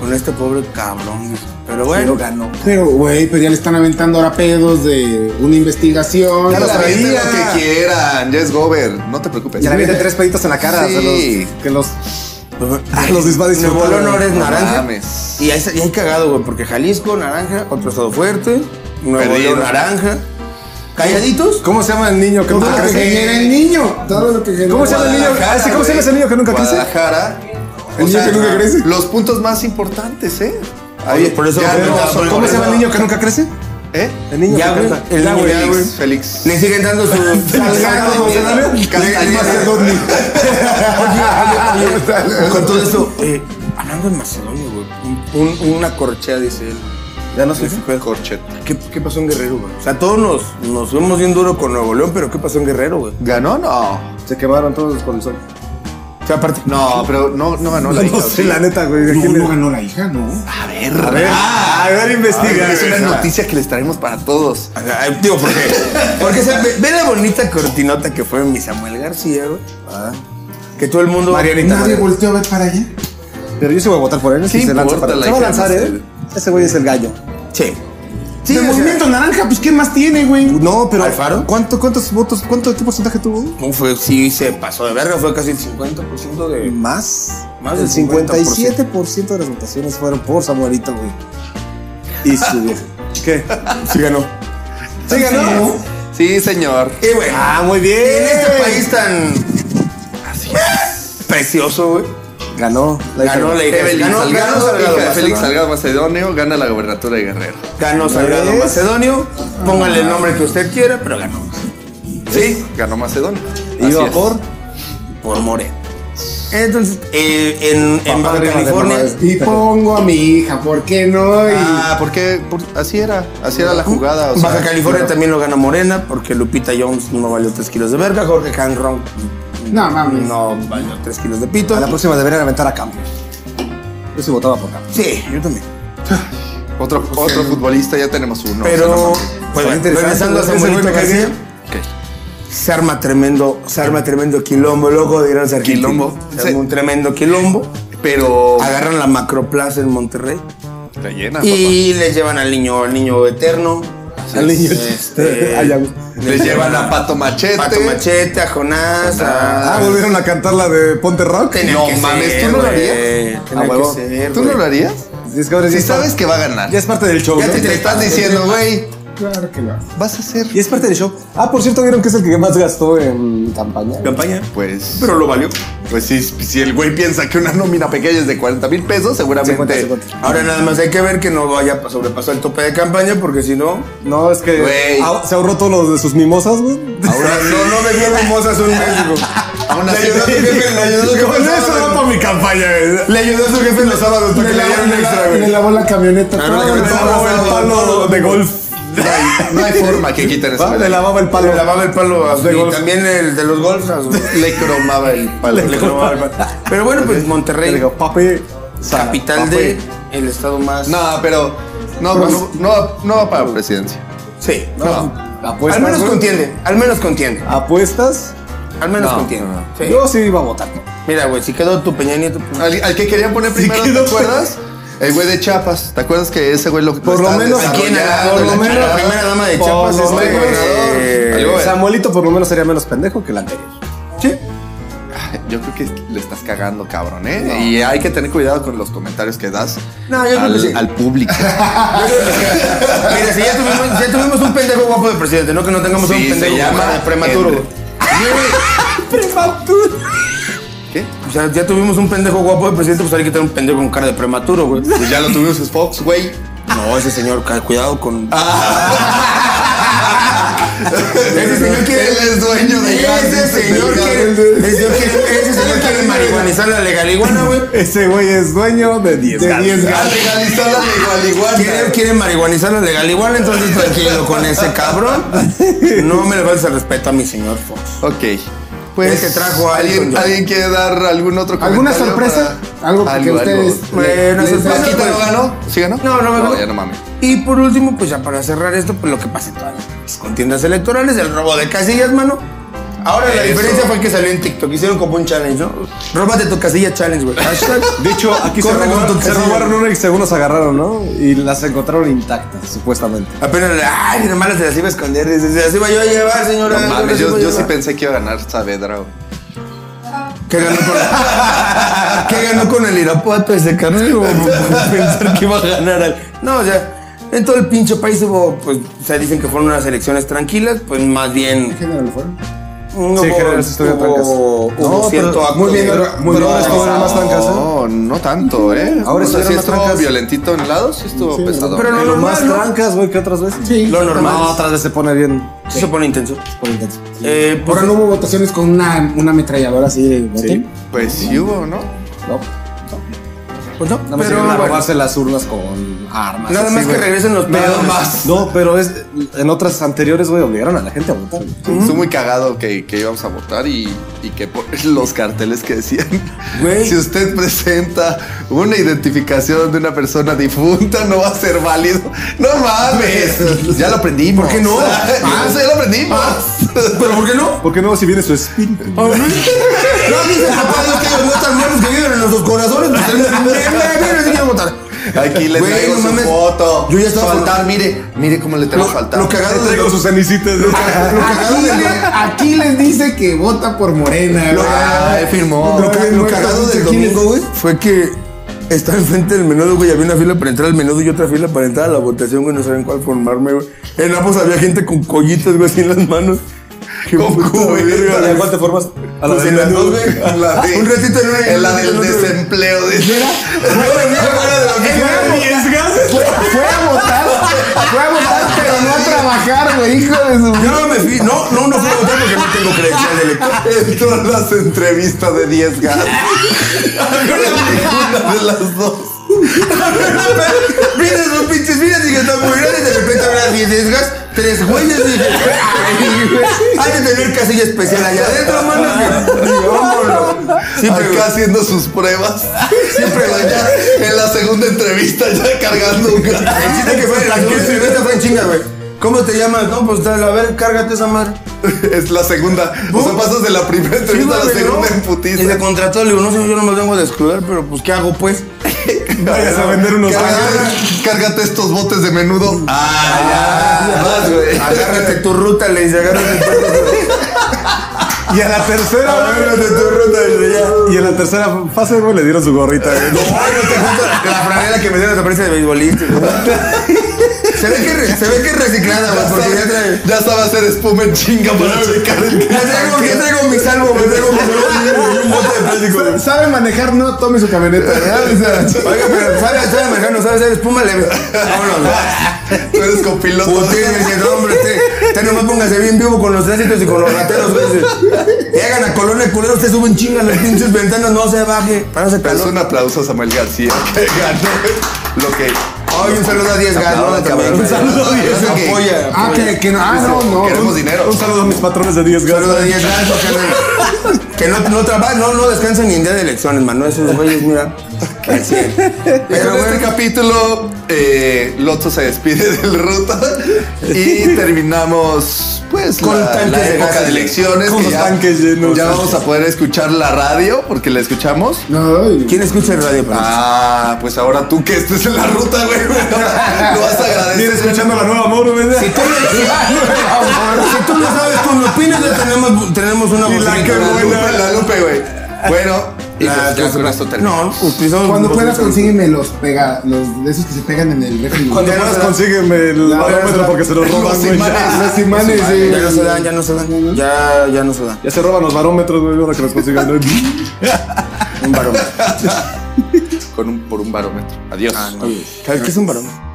[SPEAKER 3] Con este pobre cabrón. Pero
[SPEAKER 5] Pero
[SPEAKER 3] bueno.
[SPEAKER 5] ganó.
[SPEAKER 4] Pero, güey, pero ya le están aventando ahora pedos de una investigación.
[SPEAKER 2] Ya
[SPEAKER 5] lo
[SPEAKER 2] los
[SPEAKER 5] traía.
[SPEAKER 2] avienten lo que quieran. Ya es Gover. No te preocupes.
[SPEAKER 5] Y le meten tres peditos en la cara.
[SPEAKER 2] Sí.
[SPEAKER 5] O sea, los, que los,
[SPEAKER 3] Ay,
[SPEAKER 5] los disparos
[SPEAKER 3] Nuevo León ahora es
[SPEAKER 2] No
[SPEAKER 3] naranja.
[SPEAKER 2] mames.
[SPEAKER 3] Y ahí, y ahí cagado, güey, porque Jalisco, naranja, otro estado fuerte, Nuevo
[SPEAKER 2] Perdido.
[SPEAKER 3] León, naranja. Calladitos.
[SPEAKER 5] ¿Cómo se llama el niño que
[SPEAKER 4] Todo
[SPEAKER 5] nunca
[SPEAKER 4] lo que
[SPEAKER 5] crece?
[SPEAKER 4] genera el niño. Todo lo que genera.
[SPEAKER 5] ¿Cómo se llama el niño?
[SPEAKER 2] Guadalajara,
[SPEAKER 5] Ah, sí, ¿Cómo se llama ese niño que nunca crece?
[SPEAKER 2] Guadalajara.
[SPEAKER 5] El
[SPEAKER 2] O
[SPEAKER 5] niño
[SPEAKER 2] sea,
[SPEAKER 5] que nunca crece.
[SPEAKER 2] Los puntos más importantes, ¿eh?
[SPEAKER 3] Oye, por eso-
[SPEAKER 2] ya
[SPEAKER 3] pero-
[SPEAKER 2] no
[SPEAKER 3] pero-
[SPEAKER 2] son
[SPEAKER 5] ¿Cómo se llama el
[SPEAKER 2] goles.
[SPEAKER 5] niño que nunca crece?
[SPEAKER 2] ¿Eh?
[SPEAKER 5] El niño
[SPEAKER 3] Ya,
[SPEAKER 5] que
[SPEAKER 3] güey.
[SPEAKER 5] canta.
[SPEAKER 3] El
[SPEAKER 5] Ya,
[SPEAKER 3] niño,
[SPEAKER 5] güey.
[SPEAKER 3] ya, güey.
[SPEAKER 2] Félix. Félix.
[SPEAKER 3] Le siguen dando su.
[SPEAKER 5] Salgado,
[SPEAKER 3] Salgado,
[SPEAKER 5] González.
[SPEAKER 3] Le-
[SPEAKER 2] Castañeda.
[SPEAKER 3] Macedonio. Oye, oye, oye, Con todo eso, eh, hablando de Macedonia, güey, un- un- una corchea, dice él.
[SPEAKER 5] Ya no sé.
[SPEAKER 2] Ese fue Corchet.
[SPEAKER 3] ¿Qué, qué pasó en Guerrero, güey? O sea, todos nos, nos vemos bien duro con Nuevo León, pero ¿qué pasó en Guerrero, güey?
[SPEAKER 2] ¿Ganó? No.
[SPEAKER 5] Se quemaron todos con el sol.
[SPEAKER 3] O sea, aparte.
[SPEAKER 2] No, pero no, no ganó la
[SPEAKER 5] No
[SPEAKER 2] hija, ¿sí?
[SPEAKER 5] sé, la neta, güey. ¿a
[SPEAKER 4] No,
[SPEAKER 5] quién le-
[SPEAKER 4] no ganó la hija, ¿no?
[SPEAKER 2] A ver.
[SPEAKER 5] A ver, a ver, investiga.
[SPEAKER 2] ah, Es una
[SPEAKER 5] güey.
[SPEAKER 2] noticia que les traemos para todos.
[SPEAKER 3] Ay, Tío, ¿por qué? Porque o sea, ve, ve la bonita cortinota que fue mi Samuel García, güey. Que todo el mundo.
[SPEAKER 5] Marianita.
[SPEAKER 4] Nadie volteó a ver Pues para allá.
[SPEAKER 5] Pero yo sí voy a votar por él.
[SPEAKER 2] ¿Qué
[SPEAKER 5] si se lanza
[SPEAKER 2] importa
[SPEAKER 5] para-
[SPEAKER 2] la
[SPEAKER 5] Se va a
[SPEAKER 2] hija?
[SPEAKER 5] lanzar,
[SPEAKER 2] No
[SPEAKER 5] ¿eh? Ese güey es el gallo.
[SPEAKER 3] Sí. Sí,
[SPEAKER 4] el
[SPEAKER 3] o sea,
[SPEAKER 4] movimiento naranja, pues ¿qué más tiene, güey?
[SPEAKER 5] No, pero.
[SPEAKER 3] ¿Alfaro?
[SPEAKER 5] ¿cuánto, ¿Cuántos votos? ¿Cuánto qué porcentaje tuvo?
[SPEAKER 3] no fue, sí, se pasó de verga, fue casi el 50% de.
[SPEAKER 5] Más.
[SPEAKER 3] Más
[SPEAKER 5] el
[SPEAKER 3] del
[SPEAKER 5] 57% de las votaciones fueron por Samuelito, güey. Y su vieja. ¿Qué?
[SPEAKER 3] Sí ganó.
[SPEAKER 5] ¿Sí ganó?
[SPEAKER 2] Sí, señor.
[SPEAKER 3] Y bueno,
[SPEAKER 5] Ah, muy bien.
[SPEAKER 3] en este país tan. Precioso, güey.
[SPEAKER 5] Ganó.
[SPEAKER 3] Ganó la hija.
[SPEAKER 2] Evelyn
[SPEAKER 3] eh, Ganó, ganó
[SPEAKER 2] Salgado,
[SPEAKER 3] Salgado
[SPEAKER 2] hija de Félix
[SPEAKER 3] Macedonio.
[SPEAKER 2] Salgado Macedonio, gana la gobernatura de Guerrero.
[SPEAKER 3] Ganó Salgado
[SPEAKER 5] ¿Ves?
[SPEAKER 3] Macedonio. Póngale el nombre que usted quiera, pero ganó.
[SPEAKER 2] Sí, ganó Macedonio. Así
[SPEAKER 5] Iba
[SPEAKER 2] es.
[SPEAKER 5] por.
[SPEAKER 3] por Morena. Entonces, eh, en, en Baja
[SPEAKER 5] Papá de
[SPEAKER 3] California.
[SPEAKER 5] mamá de-
[SPEAKER 4] Y pongo a mi hija, ¿por qué no? Y-
[SPEAKER 2] Ah, porque así era, así era la jugada. o sea,
[SPEAKER 3] Uh, Baja California
[SPEAKER 2] pero-
[SPEAKER 3] también lo gana Morena porque Lupita Jones no valió 3 kilos de verga, Jorge Hanron
[SPEAKER 4] No, mames.
[SPEAKER 3] no valió 3 kilos de pito.
[SPEAKER 5] A la próxima deberían aventar a cambio. Yo sí votaba por cambio.
[SPEAKER 3] Sí, yo también.
[SPEAKER 2] Otro, otro futbolista, ya tenemos uno. o sea,
[SPEAKER 3] Pero,
[SPEAKER 2] no mames.
[SPEAKER 3] pues,
[SPEAKER 5] Está
[SPEAKER 3] bueno,
[SPEAKER 5] interesante,
[SPEAKER 3] regresando a
[SPEAKER 5] ese güey
[SPEAKER 3] Samuelito
[SPEAKER 5] me cae
[SPEAKER 3] García,
[SPEAKER 5] bien.
[SPEAKER 3] se arma tremendo, se arma tremendo quilombo, loco, dirán ser argentino.
[SPEAKER 2] Quilombo.
[SPEAKER 3] Se arma un tremendo quilombo.
[SPEAKER 2] pero
[SPEAKER 3] Agarran la macroplaza en Monterrey
[SPEAKER 2] la llena,
[SPEAKER 5] Ah,
[SPEAKER 3] y les llevan al niño, al niño eterno.
[SPEAKER 5] Al niño.
[SPEAKER 3] Este-
[SPEAKER 5] Ay, ya, güey.
[SPEAKER 2] papá. Les llevan a Pato Machete.
[SPEAKER 3] Pato Machete, a Jonás, a...
[SPEAKER 5] Ah, volvieron a cantar la de Ponte Rock.
[SPEAKER 3] Tenía
[SPEAKER 2] No
[SPEAKER 3] que
[SPEAKER 2] mames,
[SPEAKER 3] ser,
[SPEAKER 2] ¿tú no lo
[SPEAKER 3] güey.
[SPEAKER 2] harías?
[SPEAKER 3] Tenía
[SPEAKER 5] Ah,
[SPEAKER 3] que
[SPEAKER 5] huevo.
[SPEAKER 3] ser,
[SPEAKER 2] ¿Tú no
[SPEAKER 3] güey. Pues
[SPEAKER 2] lo harías?
[SPEAKER 5] Y es que ahora sí
[SPEAKER 2] Si
[SPEAKER 5] está-
[SPEAKER 2] sabes que va a ganar.
[SPEAKER 5] Ya es parte del show.
[SPEAKER 2] Ya
[SPEAKER 5] ¿no?
[SPEAKER 2] te, te estás diciendo, güey,
[SPEAKER 4] Claro que lo hace.
[SPEAKER 2] vas a ser.
[SPEAKER 5] Y es parte del show. Ah, por cierto, vieron que es el que más gastó en campaña.
[SPEAKER 3] Campaña.
[SPEAKER 2] Pues.
[SPEAKER 3] Pero lo valió.
[SPEAKER 2] Pues sí, si el güey piensa que una nómina pequeña es de 40 mil pesos, seguramente.
[SPEAKER 5] 50, 50.
[SPEAKER 3] Ahora nada más hay que ver que no vaya a sobrepasar el tope de campaña porque si no...
[SPEAKER 5] No, es que
[SPEAKER 2] Güey.
[SPEAKER 5] ah, se ahorró todos los de sus mimosas, güey.
[SPEAKER 3] Ahora no, no bebió mimosas un mes, güey.
[SPEAKER 2] Aún
[SPEAKER 3] Le
[SPEAKER 2] así,
[SPEAKER 3] ayudó a su jefe, le ayudó a su jefe.
[SPEAKER 5] Con
[SPEAKER 3] en los
[SPEAKER 5] eso va
[SPEAKER 3] sábados.
[SPEAKER 5] para mi campaña, güey.
[SPEAKER 3] Le ayudó a su jefe en los sábados para que le dieran extra,
[SPEAKER 4] Le
[SPEAKER 3] güey.
[SPEAKER 4] lavó la camioneta.
[SPEAKER 3] Ah, no,
[SPEAKER 4] todo.
[SPEAKER 3] que me
[SPEAKER 5] Le lavaba el palo de golf.
[SPEAKER 2] no hay, no hay forma que quiten
[SPEAKER 3] Ah,
[SPEAKER 2] ese
[SPEAKER 5] Va, Le
[SPEAKER 2] medallón.
[SPEAKER 5] lavaba el palo.
[SPEAKER 3] Le lavaba el palo a su
[SPEAKER 5] De
[SPEAKER 3] y
[SPEAKER 5] golf.
[SPEAKER 3] también el de los golfas, güey.
[SPEAKER 2] Le cromaba el palo.
[SPEAKER 3] Le clavaba el palo. Pero bueno, pues
[SPEAKER 5] Le
[SPEAKER 3] Monterrey,
[SPEAKER 5] digo, papi. sal-
[SPEAKER 3] capital
[SPEAKER 5] papi.
[SPEAKER 3] de el estado más...
[SPEAKER 2] No, pero. No,
[SPEAKER 3] Pues-
[SPEAKER 2] no, no, no va para presidencia.
[SPEAKER 3] Sí.
[SPEAKER 2] No. Pues
[SPEAKER 5] Apuestas.
[SPEAKER 3] al menos
[SPEAKER 5] güey.
[SPEAKER 3] contiende, al menos contiende,
[SPEAKER 5] Apuestas.
[SPEAKER 3] al menos
[SPEAKER 2] No,
[SPEAKER 3] contiende.
[SPEAKER 2] no, no.
[SPEAKER 3] Sí.
[SPEAKER 5] Yo sí iba a votar.
[SPEAKER 3] Mira, güey, si quedó tu Peña Nieto. pues,
[SPEAKER 2] Al, al que querían poner primero, ¿te
[SPEAKER 3] quedó-
[SPEAKER 2] acuerdas? El güey de Chiapas. ¿Te acuerdas que ese güey lo
[SPEAKER 5] Pues
[SPEAKER 4] Por lo menos
[SPEAKER 3] aquí en la- por lo menos la primera dama de
[SPEAKER 5] Por
[SPEAKER 3] Chiapas
[SPEAKER 5] lo
[SPEAKER 3] es la
[SPEAKER 5] menos. este
[SPEAKER 3] gobernador.
[SPEAKER 5] Samuelito por lo menos sería menos pendejo que el anterior.
[SPEAKER 2] Yo creo que le estás cagando, cabrón, ¿eh? Y hay que tener cuidado con los comentarios que das
[SPEAKER 3] No, yo creo
[SPEAKER 2] al,
[SPEAKER 3] que sí.
[SPEAKER 2] al público.
[SPEAKER 3] Mira, si ya tuvimos, ya tuvimos un pendejo guapo de presidente, no que no tengamos
[SPEAKER 2] Sí,
[SPEAKER 3] un
[SPEAKER 2] se
[SPEAKER 3] pendejo
[SPEAKER 2] llama
[SPEAKER 3] guapo de prematuro.
[SPEAKER 2] Henry.
[SPEAKER 5] ¡Prematuro!
[SPEAKER 2] ¿Qué?
[SPEAKER 3] O sea, ya tuvimos un pendejo guapo de presidente, pues hay que tener un pendejo con cara de prematuro, güey.
[SPEAKER 2] Pues ya lo tuvimos es Fox, güey.
[SPEAKER 3] No, ese señor, ca- cuidado con.
[SPEAKER 2] Ah,
[SPEAKER 3] ese señor quiere.
[SPEAKER 2] Él es dueño de
[SPEAKER 3] Ese
[SPEAKER 2] grandes
[SPEAKER 3] señor quiere.
[SPEAKER 2] pendejadas.
[SPEAKER 3] Ese señor quiere, ese señor quiere marihuanizar la legaliguana, güey.
[SPEAKER 5] Ese güey es dueño de 10
[SPEAKER 4] De
[SPEAKER 5] gatos.
[SPEAKER 4] 10
[SPEAKER 2] Ah,
[SPEAKER 4] gatos.
[SPEAKER 2] legalizó la
[SPEAKER 3] Quiere,
[SPEAKER 2] legaliguana.
[SPEAKER 3] quiere marihuanizar la legaliguana, entonces tranquilo con ese cabrón. No me le faltes el respeto a mi señor Fox.
[SPEAKER 2] Ok.
[SPEAKER 3] Ese trajo a
[SPEAKER 2] ¿alguien,
[SPEAKER 3] Elton John.
[SPEAKER 2] ¿Alguien quiere dar algún otro comentario?
[SPEAKER 4] ¿Alguna sorpresa?
[SPEAKER 2] para-
[SPEAKER 4] Algo que ustedes-
[SPEAKER 3] Bueno,
[SPEAKER 4] Les-
[SPEAKER 3] sorpresa,
[SPEAKER 4] les-
[SPEAKER 2] ¿Paquito
[SPEAKER 3] pues.
[SPEAKER 2] no ganó? ¿Sí ganó?
[SPEAKER 3] No, no ganó.
[SPEAKER 2] No, ya no mames.
[SPEAKER 3] Y por último, pues ya para cerrar esto, pues lo que pasa en todas las contiendas electorales, el robo de casillas, mano. Ahora la
[SPEAKER 2] Eso.
[SPEAKER 3] diferencia fue que salió en TikTok, hicieron como un challenge, ¿no? Róbate tu casilla challenge, güey. Hashtag.
[SPEAKER 5] De hecho, aquí se
[SPEAKER 3] Corre con
[SPEAKER 5] robaron,
[SPEAKER 3] tu
[SPEAKER 5] se
[SPEAKER 3] casilla.
[SPEAKER 5] robaron una y según los agarraron, ¿no? Y las encontraron intactas, supuestamente.
[SPEAKER 3] Apenas, le- ay, mi hermana se las iba a esconder, dice, se las iba yo a llevar, señora.
[SPEAKER 2] No
[SPEAKER 3] se
[SPEAKER 2] mames,
[SPEAKER 3] las iba
[SPEAKER 2] yo,
[SPEAKER 3] a
[SPEAKER 2] yo sí
[SPEAKER 3] llevar".
[SPEAKER 2] pensé que iba a ganar Saavedra. güey.
[SPEAKER 3] ¿Qué ganó con, ¿Qué ganó con el Irapuato ese carnal? güey? Pensar que iba a ganar al... No, o sea, en todo el pinche país hubo, pues, o sea, dicen que fueron unas elecciones tranquilas, pues más bien...
[SPEAKER 4] ¿Qué género fueron?
[SPEAKER 3] No
[SPEAKER 5] Sí,
[SPEAKER 3] hubo-
[SPEAKER 5] general, sí estuvieron trancas.
[SPEAKER 3] hubo- hubo
[SPEAKER 5] No,
[SPEAKER 3] cierto
[SPEAKER 5] pero
[SPEAKER 3] acto
[SPEAKER 5] muy bien,
[SPEAKER 3] de-
[SPEAKER 5] ahora- muy bien, ahora estuvo en más trancas, ¿eh?
[SPEAKER 2] No, no tanto, ¿eh? O sea,
[SPEAKER 5] Ahora estuvieron
[SPEAKER 2] sí
[SPEAKER 5] más
[SPEAKER 2] estuvo
[SPEAKER 5] trancas.
[SPEAKER 2] violentito en un lado, sí estuvo pesado.
[SPEAKER 3] Pero no
[SPEAKER 5] Pero
[SPEAKER 3] normal,
[SPEAKER 5] más
[SPEAKER 3] ¿no?
[SPEAKER 5] trancas, güey, que otras veces.
[SPEAKER 4] Sí.
[SPEAKER 3] Lo normal.
[SPEAKER 5] No, otras veces se pone bien.
[SPEAKER 3] Sí se pone intenso.
[SPEAKER 5] Por intenso.
[SPEAKER 3] Eh, pues,
[SPEAKER 4] Ahora no hubo votaciones con una, una ametralladora así de botín.
[SPEAKER 2] Pues sí hubo, ¿no?
[SPEAKER 5] No.
[SPEAKER 3] pues no,
[SPEAKER 5] Nada más
[SPEAKER 3] pero
[SPEAKER 5] llegan a
[SPEAKER 3] bueno,
[SPEAKER 5] robarse las urnas con armas.
[SPEAKER 3] nada
[SPEAKER 5] así,
[SPEAKER 3] más que
[SPEAKER 5] güey.
[SPEAKER 3] regresen los
[SPEAKER 5] Nada
[SPEAKER 3] pedos.
[SPEAKER 5] más. No, pero es en otras anteriores, güey, obligaron a la gente a votar. güey.
[SPEAKER 3] ¿Mm?
[SPEAKER 2] Estuvo muy cagado que, que íbamos a votar y, y que por los carteles que decían,
[SPEAKER 3] Güey.
[SPEAKER 2] si usted presenta una identificación de una persona difunta, no va a ser válido. No mames, ya lo aprendimos.
[SPEAKER 3] ¿Por qué no?
[SPEAKER 2] Ah, sí, ya lo aprendimos.
[SPEAKER 3] ¿Pero por qué no?
[SPEAKER 5] ¿Por qué no si viene su espíritu?
[SPEAKER 3] No dice papá Dios que ellos no están malos que viven en nuestros corazones. Pues él viene a votar.
[SPEAKER 2] Aquí le
[SPEAKER 3] Güey,
[SPEAKER 2] traigo
[SPEAKER 3] no
[SPEAKER 2] su
[SPEAKER 3] mames.
[SPEAKER 2] foto.
[SPEAKER 3] Yo ya estaba
[SPEAKER 2] faltar, mire, mire cómo le tengo faltar.
[SPEAKER 3] Lo cagado de los...
[SPEAKER 5] cenicitas.
[SPEAKER 3] Lo cagado
[SPEAKER 4] Aquí,
[SPEAKER 3] de
[SPEAKER 4] le-
[SPEAKER 3] los...
[SPEAKER 4] aquí les dice que vota por Morena. güey.
[SPEAKER 2] Ah, él firmó.
[SPEAKER 3] Lo, ca- lo
[SPEAKER 4] Ay,
[SPEAKER 3] cagado
[SPEAKER 4] güey,
[SPEAKER 3] del
[SPEAKER 4] ¿quién
[SPEAKER 3] domingo,
[SPEAKER 4] es?
[SPEAKER 3] güey, fue que estaba enfrente del menudo, güey. Había una fila para entrar al menudo y otra fila para entrar a la votación, güey. No saben cuál formarme, güey. En ambos había gente con collitas, güey, así en las manos. Qué
[SPEAKER 2] Con
[SPEAKER 3] puta
[SPEAKER 2] cubetas.
[SPEAKER 3] verga,
[SPEAKER 5] ¿Cuál te formas? A la
[SPEAKER 3] Pues
[SPEAKER 5] del
[SPEAKER 3] en las
[SPEAKER 5] menudo.
[SPEAKER 3] dos, güey.
[SPEAKER 2] En la de-
[SPEAKER 3] Ah, Un ratito en una y
[SPEAKER 2] en la
[SPEAKER 3] un ratito
[SPEAKER 2] del
[SPEAKER 3] en otra, güey.
[SPEAKER 2] desempleo. dice.
[SPEAKER 4] Fue, fue a votar, fue a votar, pero no a trabajar, güey, hijo de su.
[SPEAKER 3] Yo no me fui, no, no, no fui a votar porque no tengo credencial de elector.
[SPEAKER 2] Entró en las entrevistas de 10 gas. Ninguna de las dos.
[SPEAKER 3] Mira esos pinches filas, dije, están muy grandes, de repente habrá 10 desgas, tres güeyes, dije, ay, güey, hay de tener casilla especial allá adentro, mano. Dije, vámonos. Siempre,
[SPEAKER 2] acá haciendo sus pruebas. Siempre ya en la segunda entrevista ya cargando un gato.
[SPEAKER 3] El chiste que fue, la entrevista fue en chinga, güey. ¿Cómo te llamas? No, pues tal, a ver, cárgate esa madre.
[SPEAKER 2] Es la segunda. O sea, pasas de la primera entrevista a la segunda en
[SPEAKER 3] Y se
[SPEAKER 2] putiza.
[SPEAKER 3] contrató, le digo, no sé, yo no me vengo a descuidar, pero pues, ¿qué hago, pues?
[SPEAKER 5] Vayas a vender unos
[SPEAKER 2] Cárgate, cárgate estos botes de menudo. Ah, ya. Más, güey.
[SPEAKER 3] Agárrate tu ruta, le dice, agárrate tu ruta.
[SPEAKER 5] Y a la tercera,
[SPEAKER 3] Agárrate tu ruta, le dice, ya.
[SPEAKER 5] y en la tercera fase, güey, le dieron su gorrita, güey.
[SPEAKER 3] Ay, no te gusta la- la franela que me dio la sorpresa de beisbolista. güey. Se ve que, re- se ve que es reciclada, güey, porque ya trae.
[SPEAKER 2] Ya sabe hacer espuma en chinga para checar el
[SPEAKER 3] Ya traigo, ya traigo mi salvo, me traigo mi salvo y un bote de plástico. güey.
[SPEAKER 4] Sabe manejar, no tome su camioneta, ¿verdad? O sea,
[SPEAKER 3] Oiga, pero sabe, sabe manejar, no sabe hacer espuma, le Vámonos, güey.
[SPEAKER 2] Tú eres copiloto.
[SPEAKER 3] Putín, dice, no, hombre, usted, usted nomás póngase bien vivo con los tránsitos y con los rateros, güey. Llegan a Colonia Culero, usted sube un chinga a las pinches ventanas, no se baje. Para no hacer
[SPEAKER 2] Pero es
[SPEAKER 3] calor.
[SPEAKER 2] un aplauso a Samuel García que ganó lo que.
[SPEAKER 3] Oye, un saludo a 10 gas, ¿no?
[SPEAKER 2] Aplauda,
[SPEAKER 3] También.
[SPEAKER 2] cabrón.
[SPEAKER 3] Un saludo a 10
[SPEAKER 2] Ok.
[SPEAKER 3] Apoya.
[SPEAKER 4] ah,
[SPEAKER 3] apoya.
[SPEAKER 4] que, que no. Ah, no, no.
[SPEAKER 2] Queremos dinero.
[SPEAKER 5] Un saludo a mis patrones de 10
[SPEAKER 3] Saludos
[SPEAKER 5] grados.
[SPEAKER 3] a 10 gracias, carnal. Que no, no trabajan, no, no descansan ni en día de elecciones, mano. Esos güeyes, mira. al cien.
[SPEAKER 2] Pero
[SPEAKER 3] Pero
[SPEAKER 2] en este
[SPEAKER 3] bueno,
[SPEAKER 2] capítulo, eh, Lotso se despide del ruta y terminamos pues
[SPEAKER 3] Con
[SPEAKER 2] la,
[SPEAKER 3] tanques
[SPEAKER 2] la
[SPEAKER 3] de
[SPEAKER 2] época
[SPEAKER 3] gas.
[SPEAKER 2] de elecciones.
[SPEAKER 5] Con
[SPEAKER 2] que
[SPEAKER 5] los
[SPEAKER 2] ya,
[SPEAKER 5] tanques llenos.
[SPEAKER 2] Ya vamos a poder escuchar la radio porque la escuchamos.
[SPEAKER 4] No, y-
[SPEAKER 3] ¿quién escucha el radio? Para
[SPEAKER 2] Ah, pues ahora tú que estés en la ruta, güey. Lo vas a agradecer.
[SPEAKER 5] escuchando la nueva amor, ¿verdad?
[SPEAKER 3] Si tú, Ah, si tú no sabes con los pines, ya tenemos, tenemos una
[SPEAKER 2] Y la
[SPEAKER 3] bocinita,
[SPEAKER 2] que
[SPEAKER 3] una
[SPEAKER 2] buena, la Lupe, güey. Bueno, y
[SPEAKER 3] La-
[SPEAKER 2] pues ya con esto terminamos.
[SPEAKER 3] No, utilizamos
[SPEAKER 4] Cuando puedas,
[SPEAKER 3] bocinita.
[SPEAKER 4] consígueme los pega, los de esos que se pegan en el refri. güey.
[SPEAKER 5] Cuando
[SPEAKER 4] Ya no
[SPEAKER 5] puedas,
[SPEAKER 4] se dan-
[SPEAKER 5] consígueme el
[SPEAKER 4] La-
[SPEAKER 5] barómetro porque se lo roban,
[SPEAKER 2] Los
[SPEAKER 5] güey.
[SPEAKER 2] imanes.
[SPEAKER 4] Los imanes, sí.
[SPEAKER 3] Ya no se dan, ya no se dan. Ya, ya no se dan.
[SPEAKER 5] Ya se roban los barómetros, güey, ahora que los consigan. ¿no?
[SPEAKER 3] Un varón.
[SPEAKER 2] Con un, por un barómetro. Adiós.
[SPEAKER 3] ¿Sabes qué es un varón?